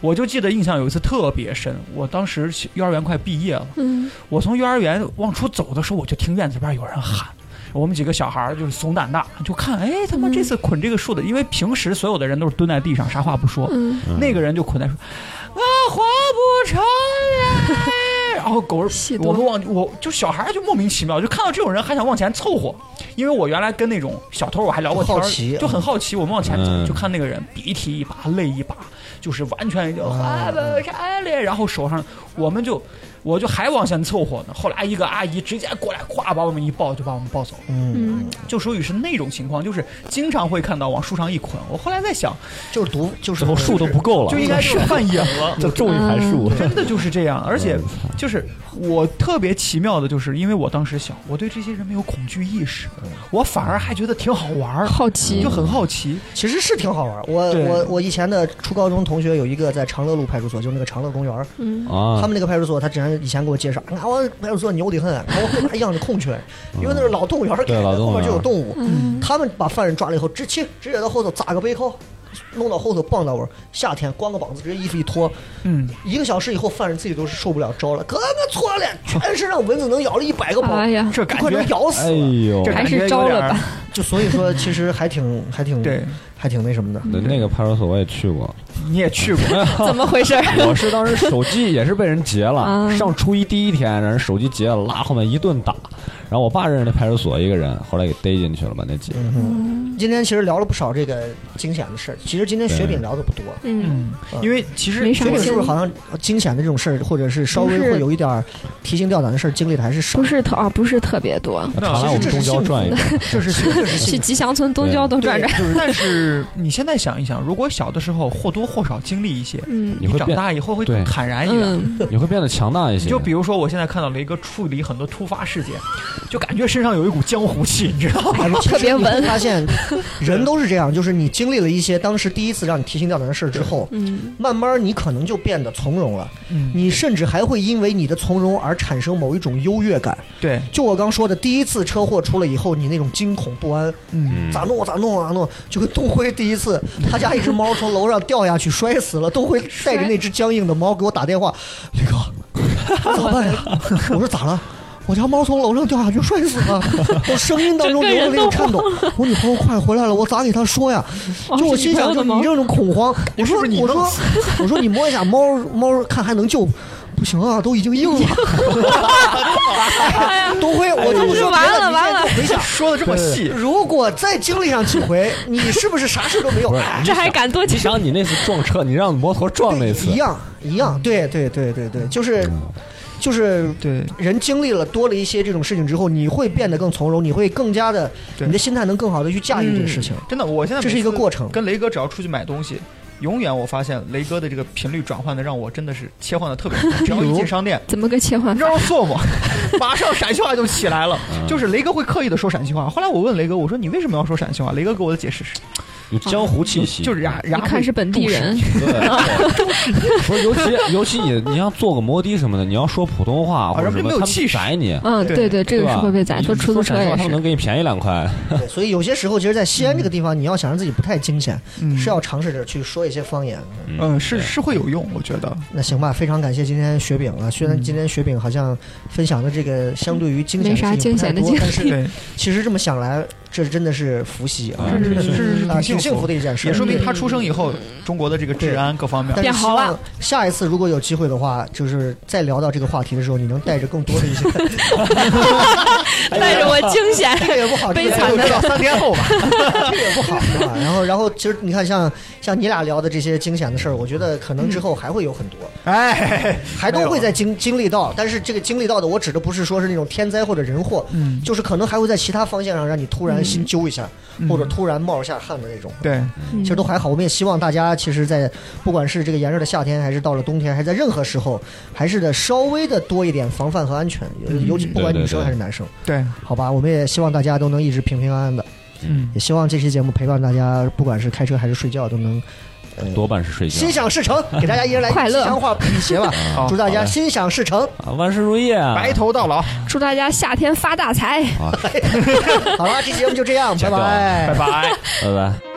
我就记得印象有一次特别深，我当时幼儿园快毕业了，嗯我从幼儿园往出走的时候，我就听院子边有人喊。我们几个小孩儿就是怂胆大，就看，哎，他妈这次捆这个树的，因为平时所有的人都是蹲在地上，啥话不说，嗯，那个人就捆在树，啊，活不成人。然后狗儿喜，多我们往我就小孩儿就莫名其妙，就看到这种人还想往前凑合，因为我原来跟那种小偷我还聊过天儿好奇就很好奇，我们往前走、嗯就看那个人鼻涕一把泪一把，就是完全就啊不拆了，然后手上我们就我就还往前凑合呢，后来一个阿姨直接过来咵把我们一抱就把我们抱走了，嗯，就属于是那种情况，就是经常会看到往树上一捆，我后来在想，就是毒，就是最后树都不够了，就应该是犯瘾了， 就种一排树，真的就是这样，而且嗯就是我特别奇妙的，就是因为我当时小，我对这些人没有恐惧意识，嗯我反而还觉得挺好玩儿，好奇就很好奇。其实是挺好玩儿。我对我我以前的初高中同学有一个在长乐路派出所，就是那个长乐公园儿，啊嗯 他，们那个派出所，他之前以前给我介绍，俺我派出所牛得很，俺我后面还养着孔雀，因为那是老动物园儿嗯对改老的，动物后面就有园儿动物。嗯他们把犯人抓了以后，直接直接到后头扎个背铐，弄到后头绑到我，夏天光个膀子，直接衣服一脱，嗯，一个小时以后，犯人自己都是受不了招了，哥，我错了， 全身上蚊子能咬了一百个包，哎呀这都感快觉能咬死哎了。呦，这还感觉是有招点了吧儿，就所以说，其实还挺还挺对，嗯还挺那什么的。对那个派出所我也 去过， 你也去过，怎么回事？哦 我是当时手机也是被人劫了，啊上初一第一天，让人手机劫了，拉后面一顿打。然后我爸认识那派出所一个人，后来给逮进去了嘛，那几个。嗯今天其实聊了不少这个惊险的事儿，其实今天雪饼聊的不多。嗯，嗯，因为其实没啥雪饼是不新是好像惊险的这种事儿，或者是稍微不是会有一点儿提心吊胆的事儿，经历的还是少不。是特啊，不是特别多，那长来我们东郊转一转， 这是这是去 幸福吉祥村、东郊都转转。但是你现在想一想，如果小的时候或多或少经历一些，嗯你会长变大以后会对坦然一点。 嗯，你会变得强大一些。就比如说，我现在看到雷哥处理很多突发事件，就感觉身上有一股江湖气，你知道吗？哎其实特别你会稳发 现，人都是这样，就是你经历了一些当时第一次让你提心吊胆的事儿之后，嗯，慢慢你可能就变得从容了。嗯，你甚至还会因为你的从容而产生某一种优越感。对，就我刚说的，第一次车祸出了以后，你那种惊恐不安，嗯，咋弄啊咋弄啊咋弄啊，就跟东辉第一次，他家一只猫从楼上掉下去摔死了，东辉带着那只僵硬的猫给我打电话，李哥，我咋办呀？我说咋了？我家猫从楼上掉下去摔死了，我声音当中流着那个颤抖。我女朋友快回来了，我咋给她说呀？就我心想，就你这种恐慌，我说我说我说你摸一下猫猫看还能救，不行啊，都已经硬了。 东辉，我就说别的，你现在就回想，说的这么细，嗯如果再经历上几 回，你是不是啥事都没有？哎这还敢多你几想你那次撞 车，你让摩托撞那次嗯一，样一样，对对对对对，就是就是对，人经历了多了一些这种事情之后，你会变得更从容，你会更加的，对你的心态能更好的去驾驭这个事嗯情。真的，我现在这是一个每次过程跟雷哥只要出去买东西，永远我发现雷哥的这个频率转换的让我真的是切换的特别快。 只要一进商店，怎么个切换你知法？道吗？做吗？ 马上陕西话就起来了，嗯就是雷哥会刻意的说陕西话。后来我问雷哥，我说你为什么要说陕西话？雷哥给我的解释是，有江湖气息。就是然一然后看是本地人， 对，不是，尤其尤其你你要坐个摩的什么的，你要说普通话或者人什们么，没有他们气势啊宰你。嗯，对对对，这对个是吧会被宰。你说出租车陕西话也他们是能，给你便宜两块。对所以有些时候，其实，在西安这个地嗯方，你要想让自己不太惊险，嗯是要尝试着去说一些方言。嗯，是是会有用，我觉得。那行吧，非常感谢今天雪饼啊！虽嗯然今天雪饼好像分享的这个相对于惊险没啥的事情不太多惊险的但是经历对，其实这么想来，这真的是福兮啊，是嗯是是嗯啊挺挺幸幸福福的一件事。也说明他出生以后，中国的这个治安各方面但是变希好了望下一次如果有机会的话，就是再聊到这个话题的时候，你能带着更多的 一些。带着我惊险。这个也不好，悲这惨个的也 到三天后吧。不好。是吧啊然后，然后其实你看像，像你俩聊的这些惊险的事儿，我觉得可能之后还会有很多，哎，还都会在经经历到。但是这个经历到的，我指的不是说是那种天灾或者人祸，嗯就是可能还会在其他方向上让你突然然心揪一下，嗯或者突然冒一下汗的那种。对，嗯 其实都还好，我们也希望大家，其实在，不管是这个炎热的夏天，还是到了冬天，还是在任何时候，还是得稍微的多一点防范和安全，尤尤其不管嗯对对女生对还是男生，对，好吧？我们也希望大家都能一直平平安安的，嗯，也希望这期节目陪伴大家，不管是开车还是睡觉，都能嗯多半是睡觉心想事成，给大家一人来快一乐强化辟邪吧，好祝大 好家嘞心想事成。啊，万事如意啊，白头到老，祝大家夏天发大财。啊， 好了，这期节目就这样，拜剪掉啊拜拜。拜。拜拜。